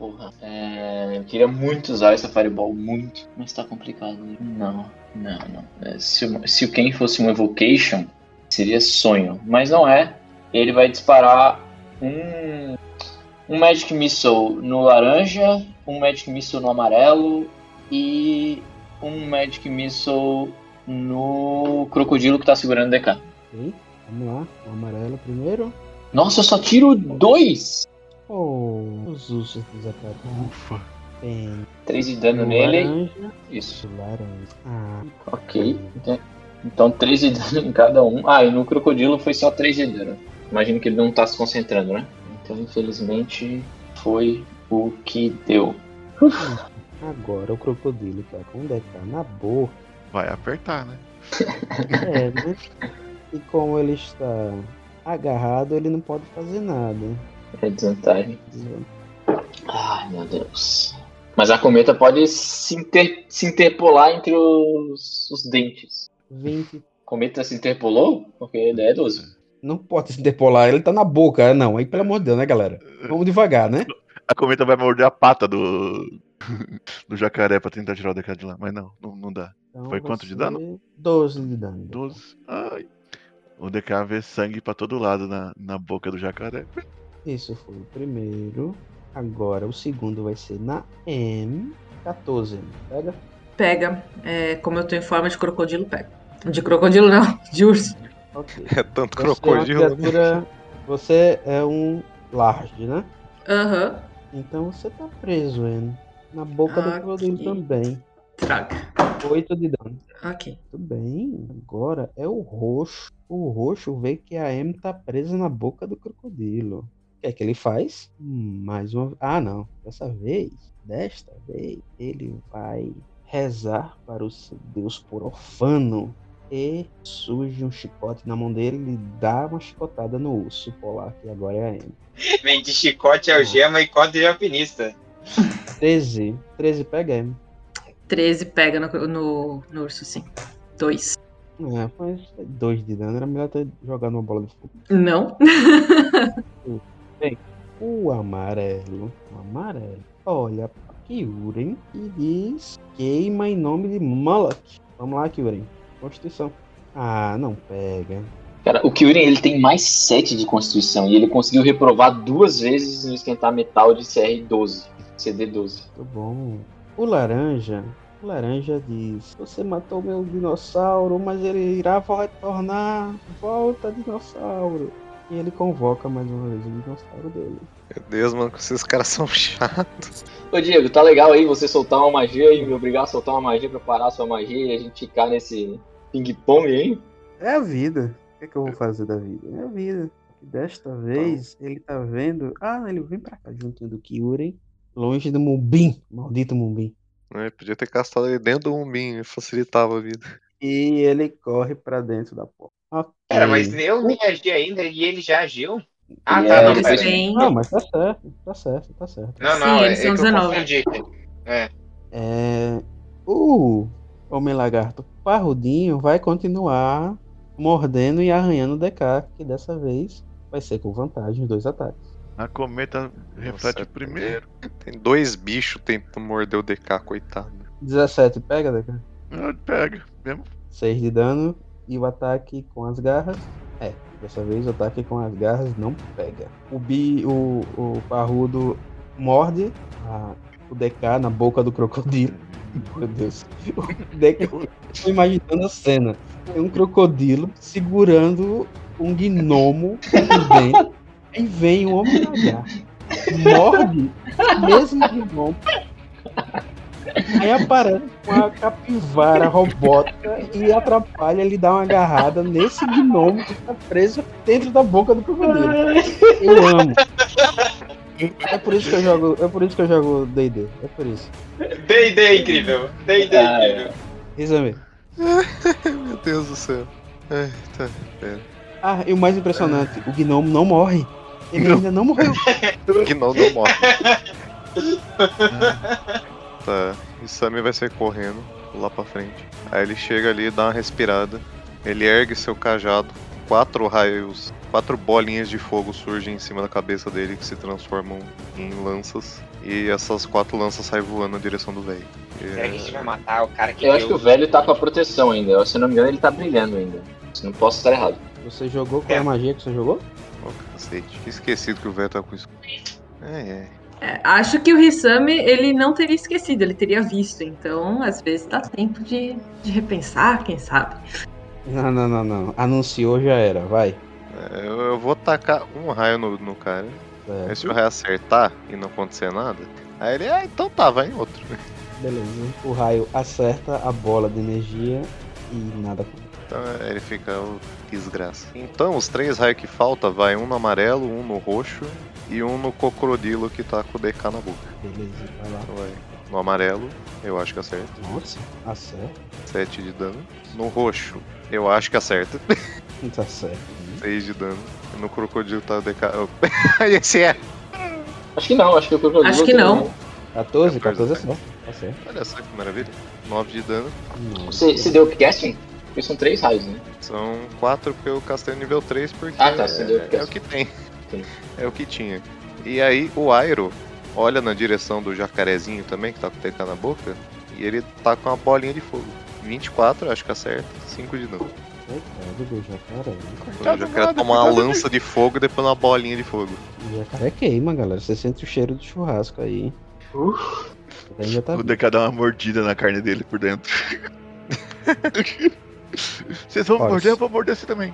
Speaker 9: Porra. É, eu queria muito usar essa Fireball, muito. Mas tá complicado. Não, não, não. É, se, o- se o Ken fosse um Evocation, seria sonho. Mas não é. Ele vai disparar um, um Magic Missile no laranja, um Magic Missile no amarelo e um Magic Missile no crocodilo que tá segurando o DK.
Speaker 4: Ok? Vamos lá. O amarelo primeiro.
Speaker 9: Nossa, eu só tiro dois!
Speaker 4: Oh, os ursos desatados.
Speaker 12: Ufa.
Speaker 4: Tem.
Speaker 9: Três de dano nele.
Speaker 4: Laranja,
Speaker 9: Isso.
Speaker 4: laranja. Ah,
Speaker 9: Ok. Então- Então 3 de *laughs* dano em cada um. Ah, e no crocodilo foi só 3 de dano. Imagino que ele não tá se concentrando, né? Então infelizmente foi o que deu.
Speaker 4: agora o crocodilo tá com o DK na boca.
Speaker 12: Vai apertar, né?
Speaker 4: É, mas. E como ele está agarrado, ele não pode fazer nada.
Speaker 9: É desvantagem. Ai meu Deus. Mas a cometa pode se, inter- se interpolar entre os, os dentes.
Speaker 4: 20.
Speaker 9: A cometa se interpolou? Porque ele é 12.
Speaker 4: Não pode *laughs* se interpolar, ele tá na boca. Não, aí pelo amor de Deus, né, galera? Vamos devagar, né?
Speaker 12: A cometa vai morder a pata do, *laughs* do jacaré pra tentar tirar o DK de lá, mas não, não, não dá.
Speaker 4: Então
Speaker 12: Foi quanto de
Speaker 4: você-
Speaker 12: dano?
Speaker 4: 12 de dano.
Speaker 12: 12. Ai. O DK vê sangue pra todo lado na, na boca do jacaré.
Speaker 4: Isso foi o primeiro. Agora o segundo vai ser na M14. Pega?
Speaker 6: Pega. É, como eu tô em forma de crocodilo, pega. De crocodilo não, de urso.
Speaker 4: Ok.
Speaker 7: É *laughs* tanto
Speaker 4: Você é uma
Speaker 7: crocodilo. né?
Speaker 4: criatura- Você é um large, né?
Speaker 6: Aham.
Speaker 4: Então você tá preso, Eno. Na boca do
Speaker 6: Ah,
Speaker 4: crocodilo
Speaker 6: que-
Speaker 4: também.
Speaker 6: Droga.
Speaker 4: 8 de dano.
Speaker 6: Ok.
Speaker 4: Muito bem, agora é o roxo. O roxo vê que a Amy tá presa na boca do crocodilo. O que é que ele faz? Hum, Mais uma. Ah, não. Dessa vez, desta vez, ele vai rezar para o seu deus profano. E surge um chicote na mão dele e dá uma chicotada no urso polar, que agora é a Amy.
Speaker 8: Vem de chicote, algema e corda de alpinista.
Speaker 4: 13. 13 pega Amy.
Speaker 6: 13 pega no, no, no urso, sim. 2.
Speaker 4: É, mas 2 de dano era melhor ter jogado uma bola de fogo.
Speaker 6: Não.
Speaker 4: *laughs* O amarelo, o amarelo, olha pra Kyuren e diz queima em nome de Moloch. Vamos lá, Kyuren. Constituição. Ah, não pega.
Speaker 9: Cara, o Kyurem ele tem mais 7 de constituição e ele conseguiu reprovar duas vezes no esquentar metal de CR12, CD12.
Speaker 4: Muito bom. O laranja, o laranja diz: Você matou meu dinossauro, mas ele irá vo- retornar. Volta, dinossauro. E ele convoca mais uma vez o dinossauro dele.
Speaker 7: Meu Deus, mano, esses caras são chatos.
Speaker 9: Ô Diego, tá legal aí você soltar uma magia e me obrigar a soltar uma magia pra parar a sua magia e a gente ficar nesse ping-pong aí?
Speaker 4: É a vida. O que, é que eu vou fazer da vida? É a vida. Desta
Speaker 8: Então.
Speaker 4: vez, ele tá vendo. Ah, ele vem pra cá juntinho do Kyurem. Longe do Mumbim. Maldito Mumbim.
Speaker 7: Né? Podia ter castado ele dentro do umbinho, facilitava a vida.
Speaker 4: E ele corre pra dentro da porta. Ok.
Speaker 8: Cara, mas eu nem agi ainda e ele já agiu? Ah,
Speaker 9: E
Speaker 8: tá,
Speaker 9: é,
Speaker 8: É. não,
Speaker 9: eles
Speaker 8: pera. aí.
Speaker 6: têm.
Speaker 4: Não, mas tá certo. Tá certo, tá certo.
Speaker 8: Não,
Speaker 6: Sim,
Speaker 8: não, é,
Speaker 6: eles
Speaker 8: é
Speaker 6: são
Speaker 8: que eu
Speaker 6: 19.
Speaker 8: confundi. É.
Speaker 4: É. O Homem-Lagarto Parrudinho vai continuar mordendo e arranhando o DK, que dessa vez vai ser com vantagem os dois ataques.
Speaker 12: A cometa reflete
Speaker 7: é-
Speaker 12: primeiro.
Speaker 7: Tem dois bichos tentando morder o DK, coitado.
Speaker 4: 17 pega, DK.
Speaker 12: Ah, Pega. Mesmo
Speaker 4: 6 de dano e o ataque com as garras. É, dessa vez o ataque com as garras não pega. O bi, o, o parrudo morde a- o DK na boca do crocodilo. *laughs* Meu Deus. O DK, eu tô imaginando a cena. Tem um crocodilo segurando um gnomo por dentro. Aí vem um homem lagarto. Morde o mesmo gnomo. Aí aparece uma capivara robótica e atrapalha ele dar uma agarrada nesse gnomo que tá preso dentro da boca do crocodilo. Eu amo. É por isso que eu jogo, é por isso que eu jogo D&D, é por isso.
Speaker 8: D&D incrível. D&D
Speaker 9: Ah, é.
Speaker 8: incrível.
Speaker 4: Isso é mesmo.
Speaker 7: Meu Deus do céu. Ai, tá.
Speaker 4: Ah, e o mais impressionante, o gnomo não morre. Ele ainda não morreu.
Speaker 7: Gnol não morre. tá. E Sammy vai sair correndo lá pra frente. Aí ele chega ali, dá uma respirada. Ele ergue seu cajado. Quatro raios, quatro bolinhas de fogo surgem em cima da cabeça dele que se transformam em lanças. E essas quatro lanças saem voando na direção do É, velho.
Speaker 8: Será que a gente vai matar o cara que
Speaker 9: Eu acho que o
Speaker 8: deu-
Speaker 9: velho tá com a proteção ainda, eu- se eu não me engano ele tá brilhando ainda. Se não posso estar errado.
Speaker 4: Você jogou qual é a magia que você jogou?
Speaker 7: Ô, cacete. Tinha Esquecido que o velho tá com isso. É, é.
Speaker 6: É, acho que o Rissame ele não teria esquecido, ele teria visto. Então, às vezes dá tempo de, de repensar, quem sabe.
Speaker 4: Não, não, não, não. Anunciou já era, vai.
Speaker 7: É, Eu, eu vou tacar um raio no- no cara.
Speaker 4: É,
Speaker 7: Aí É se o raio acertar e não acontecer nada, aí ele, ah, então tá, vai em outro.
Speaker 4: Beleza. O raio acerta a bola de energia e nada acontece.
Speaker 7: Então aí ele fica o desgraça. Então os três raios que falta vai um no amarelo, um no roxo e um no cocodilo que tá com o DK na boca.
Speaker 4: Beleza, vai lá.
Speaker 7: Então, vai no amarelo, eu acho que acerta.
Speaker 4: Nossa, acerta.
Speaker 7: 7 de dano. No roxo, eu acho que acerta. *laughs*
Speaker 4: Tá certo.
Speaker 7: 6 de dano. E no crocodilo tá o DK. oh, *laughs* Esse é.
Speaker 9: Acho que não, acho que o crocodilo.
Speaker 6: Acho que não.
Speaker 8: É
Speaker 4: 14, 14
Speaker 7: 14
Speaker 4: acerta. Tá certo.
Speaker 7: Olha só que maravilha. 9 de dano.
Speaker 9: Você, você deu upcasting? Porque são três raios, né?
Speaker 7: São 4 porque eu castei no nível 3 porque
Speaker 9: Ah, tá, você deu
Speaker 7: é,
Speaker 9: porque-
Speaker 7: é o que tem.
Speaker 9: Sim.
Speaker 7: *laughs* É o que tinha. E aí o Airo olha na direção do jacarezinho também, que tá com o TK na boca, e ele tá com uma bolinha de fogo. 24, acho que acerta, 5 de dano.
Speaker 4: Coitado do jacaré.
Speaker 7: Eu já quero tomar uma lança de fogo e depois uma bolinha de fogo.
Speaker 4: O jacaré queima, galera. Você sente o cheiro do churrasco aí. Ele ainda tá
Speaker 12: O
Speaker 4: vivo.
Speaker 12: DK dá um é uma mordida na carne dele por dentro. Vocês vão
Speaker 4: Olha,
Speaker 12: morder, eu
Speaker 4: se-
Speaker 12: vou morder você também.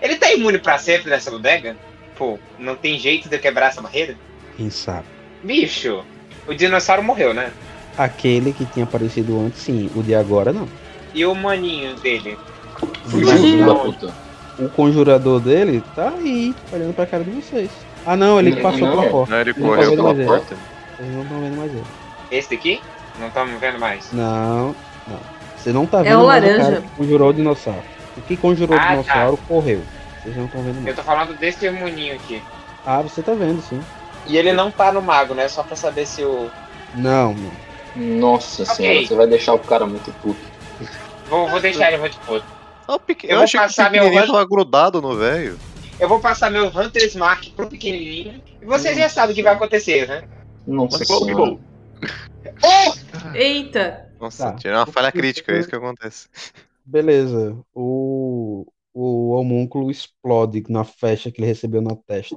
Speaker 8: Ele tá imune pra sempre nessa bodega? Pô, não tem jeito de eu quebrar essa barreira?
Speaker 4: Quem sabe?
Speaker 8: Bicho, o dinossauro morreu, né?
Speaker 4: Aquele que tinha aparecido antes, sim. O de agora, não.
Speaker 8: E o maninho dele?
Speaker 9: Fugiu, filho da puta.
Speaker 4: O conjurador dele tá aí, olhando pra cara de vocês. Ah, não, ele
Speaker 9: Não,
Speaker 4: passou
Speaker 9: não. é.
Speaker 4: pela porta.
Speaker 7: Não, ele
Speaker 4: Não
Speaker 7: correu
Speaker 4: pode
Speaker 7: pela
Speaker 4: fazer.
Speaker 7: porta.
Speaker 4: Vocês não estão vendo mais ele.
Speaker 8: Esse daqui? Não tá me vendo mais.
Speaker 4: Não, não. Você não tá
Speaker 6: É
Speaker 4: vendo
Speaker 6: o
Speaker 4: mais
Speaker 6: laranja.
Speaker 4: cara que conjurou o dinossauro. O que conjurou
Speaker 8: Ah,
Speaker 4: o dinossauro correu. Vocês não estão vendo
Speaker 8: Eu
Speaker 4: mais.
Speaker 8: tô falando desse maninho aqui.
Speaker 4: Ah, você tá vendo, sim.
Speaker 8: E ele não tá no mago, né? Só pra saber se o.
Speaker 4: Não, não.
Speaker 9: Nossa senhora, você vai deixar o cara muito puto.
Speaker 8: Vou, vou deixar ele muito puto.
Speaker 7: Ah, pequ-
Speaker 8: Eu
Speaker 7: Eu
Speaker 8: vou
Speaker 7: achei que o
Speaker 8: passar meu
Speaker 7: pequenininho
Speaker 8: ranço.
Speaker 7: tava grudado no velho.
Speaker 8: Eu vou passar meu Hunter's Mark pro pequenininho. E vocês já sabem o que vai acontecer, né?
Speaker 9: Nossa
Speaker 12: Gol,
Speaker 9: senhora.
Speaker 12: gol.
Speaker 6: Eita!
Speaker 7: Nossa,
Speaker 4: Tá.
Speaker 7: tirei uma falha crítica, é isso que acontece.
Speaker 4: Beleza. O, o homúnculo explode na flecha que ele recebeu na testa.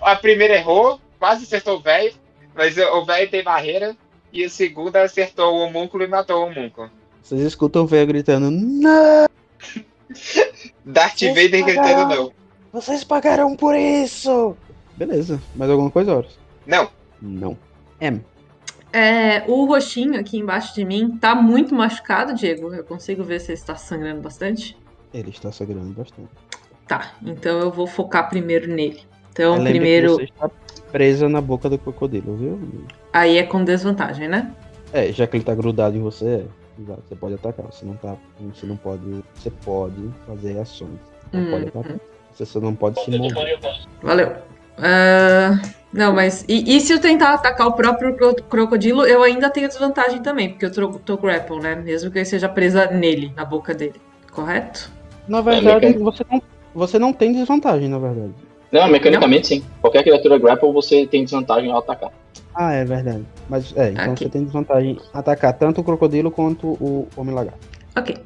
Speaker 8: A primeira errou, quase acertou o velho. Mas o velho tem barreira. E a segunda acertou o homúnculo e matou o homúnculo.
Speaker 4: Vocês escutam o velho gritando: Não!
Speaker 8: Darth
Speaker 4: Vocês
Speaker 8: Vader gritando
Speaker 4: pagaram.
Speaker 8: não.
Speaker 4: Vocês pagaram por isso! Beleza. Mais alguma coisa, horas?
Speaker 8: Não.
Speaker 4: Não. M.
Speaker 6: É, o roxinho aqui embaixo de mim tá muito machucado, Diego. Eu consigo ver se ele está sangrando bastante.
Speaker 4: Ele está sangrando bastante.
Speaker 6: Tá, então eu vou focar primeiro nele. Então,
Speaker 4: Lembra que
Speaker 6: primeiro.
Speaker 4: você está presa na boca do crocodilo, viu?
Speaker 6: Aí é com desvantagem, né?
Speaker 4: É, já que ele tá grudado em você, é, exato, você pode atacar. Você não tá. Você não pode. Você pode fazer ações. Não
Speaker 6: Hum,
Speaker 4: pode atacar. Você só não pode se mover.
Speaker 6: Valeu. Ah, não, mas. E, e se eu tentar atacar o próprio cro- crocodilo, eu ainda tenho desvantagem também, porque eu tô, tô grapple, né? Mesmo que eu seja presa nele, na boca dele. Correto?
Speaker 4: Na verdade,
Speaker 9: meca-
Speaker 4: você não. Você não tem desvantagem, na verdade.
Speaker 9: Não, mecanicamente sim. Qualquer criatura grapple você tem desvantagem ao atacar.
Speaker 4: Ah, é verdade. Mas é, então
Speaker 6: Aqui.
Speaker 4: você tem desvantagem em atacar tanto o crocodilo quanto o homem lagarto.
Speaker 6: Ok.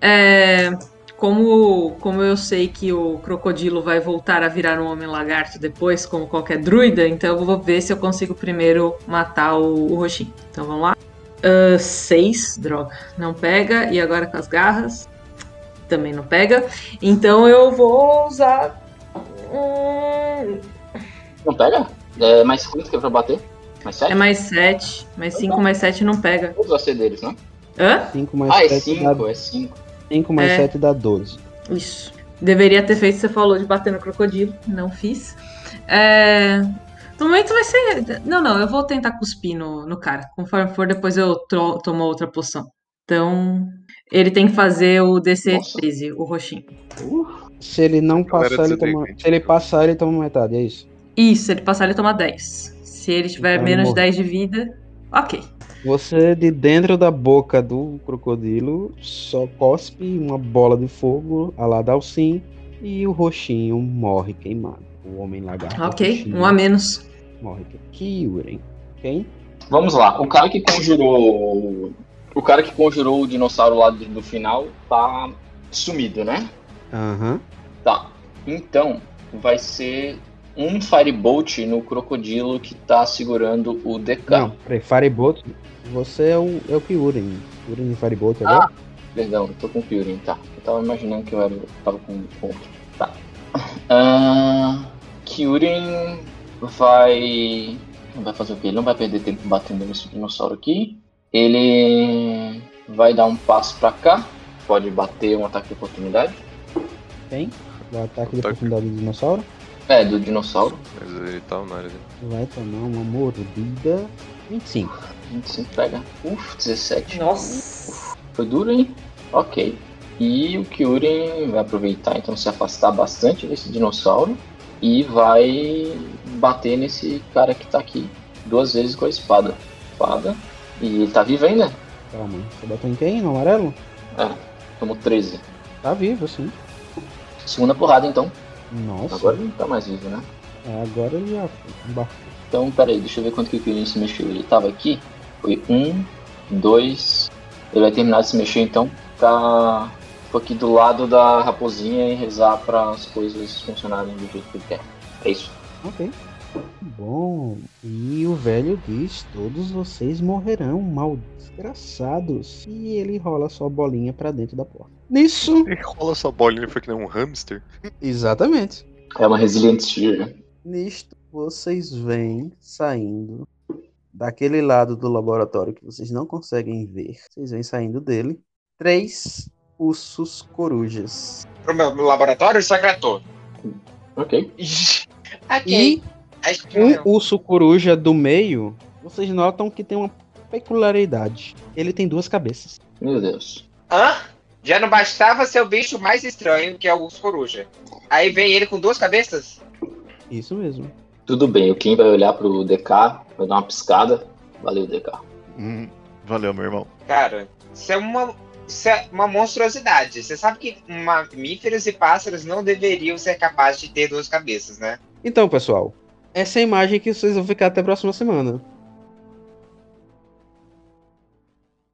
Speaker 6: É, como, como eu sei que o crocodilo vai voltar a virar um homem lagarto depois, como qualquer druida, então eu vou ver se eu consigo primeiro matar o, o roxinho. Então vamos lá. Ah, seis, droga. Não pega. E agora com as garras. Também não pega. Então eu vou usar. hum,
Speaker 9: Não pega? É mais quanto que é pra bater? Mais
Speaker 6: é
Speaker 9: sete?
Speaker 6: mais sete. Mais cinco, mais sete não pega.
Speaker 9: Todos os AC deles, né?
Speaker 4: 5
Speaker 6: Hã?
Speaker 4: mais
Speaker 9: Ah, é
Speaker 4: 7
Speaker 9: cinco, é cinco.
Speaker 4: dá 5 mais
Speaker 6: É.
Speaker 4: 7 dá 12.
Speaker 6: Isso. Deveria ter feito, você falou, de bater no crocodilo. Não fiz. É... No momento vai ser. Não, não, eu vou tentar cuspir no, no cara. Conforme for, depois eu tro- tomo outra poção. Então, ele tem que fazer o DC
Speaker 9: Nossa.
Speaker 6: 13, o roxinho.
Speaker 4: Se ele não
Speaker 7: Galera
Speaker 4: passar, ele
Speaker 7: desliga,
Speaker 4: toma.
Speaker 7: hein?
Speaker 4: Se ele passar, ele toma metade, é isso.
Speaker 6: Isso, se ele passar, ele toma 10. Se ele tiver
Speaker 4: Então ele
Speaker 6: menos de
Speaker 4: morre.
Speaker 6: 10 de vida, ok.
Speaker 4: Você de dentro da boca do crocodilo só cospe uma bola de fogo a lá Dalsim e o roxinho morre queimado. O homem lagarto.
Speaker 6: Ok,
Speaker 4: roxinho
Speaker 6: um a menos.
Speaker 4: morre queimado. Kyuren. Quem?
Speaker 9: Vamos lá, o cara que conjurou. O cara que conjurou o dinossauro lá do, do final tá sumido, né?
Speaker 4: Aham.
Speaker 9: Tá. Então, vai ser um Firebolt no crocodilo que tá segurando o DK.
Speaker 4: Não, peraí, Firebolt. Você é o, é o Kyuren. Kyuren e Firebolt agora?
Speaker 9: Perdão, eu tô com o Fury, tá. Eu tava imaginando que eu era, eu tava com com outro. Tá. Ah, Kyurem vai. Vai fazer o quê? Ele não vai perder tempo batendo nesse dinossauro aqui. Ele vai dar um passo pra cá. Pode bater um ataque de oportunidade.
Speaker 4: Quem? O ataque de
Speaker 7: Ataque.
Speaker 4: oportunidade do dinossauro.
Speaker 9: É, do dinossauro.
Speaker 7: Mas ele tá na área.
Speaker 4: Vai tomar uma mordida. 25.
Speaker 9: 25 pega. Uf, 17.
Speaker 6: Nossa.
Speaker 9: Foi duro, hein? Ok. E o Kyurem vai aproveitar, então, se afastar bastante desse dinossauro e vai bater nesse cara que tá aqui duas vezes com a espada. Espada. E ele tá vivo ainda?
Speaker 4: Calma. Você bateu em quem? No amarelo?
Speaker 9: É. Tomou 13.
Speaker 4: Tá vivo, sim.
Speaker 9: Segunda porrada, então.
Speaker 4: Nossa.
Speaker 9: Agora ele não tá mais vivo, né?
Speaker 4: É, agora ele já embarcou.
Speaker 9: Então, peraí, deixa eu ver quanto que o Kyurem se mexeu. Ele tava aqui. Foi um, dois. Ele vai terminar de se mexer, então. Tá Tô aqui do lado da raposinha e rezar para as coisas funcionarem do jeito que ele quer. É isso.
Speaker 4: Ok. Bom, e o velho diz: Todos vocês morrerão, mal desgraçados. E ele rola sua bolinha pra dentro da porta. Nisso.
Speaker 7: Ele rola sua bolinha, foi que nem um hamster.
Speaker 4: Exatamente.
Speaker 9: É uma resiliente Sphere.
Speaker 4: Nisto, vocês vêm saindo daquele lado do laboratório que vocês não conseguem ver. Vocês vêm saindo dele. Três ursos corujas.
Speaker 8: Pro meu laboratório secreto.
Speaker 9: Ok.
Speaker 4: E
Speaker 8: Acho que eu-
Speaker 4: um urso coruja do meio, vocês notam que tem uma peculiaridade. Ele tem duas cabeças.
Speaker 9: Meu Deus.
Speaker 8: Hã? Já não bastava ser o bicho mais estranho, que é o urso coruja. Aí vem ele com duas cabeças?
Speaker 4: Isso mesmo.
Speaker 9: Tudo bem, o Kim vai olhar pro DK, vai dar uma piscada. Valeu, DK.
Speaker 12: Hum, valeu, meu irmão.
Speaker 8: Cara, isso é uma, isso é uma monstruosidade. Você sabe que mamíferos e pássaros não deveriam ser capazes de ter duas cabeças, né?
Speaker 4: Então, pessoal, essa é a imagem que vocês vão ficar até a próxima semana.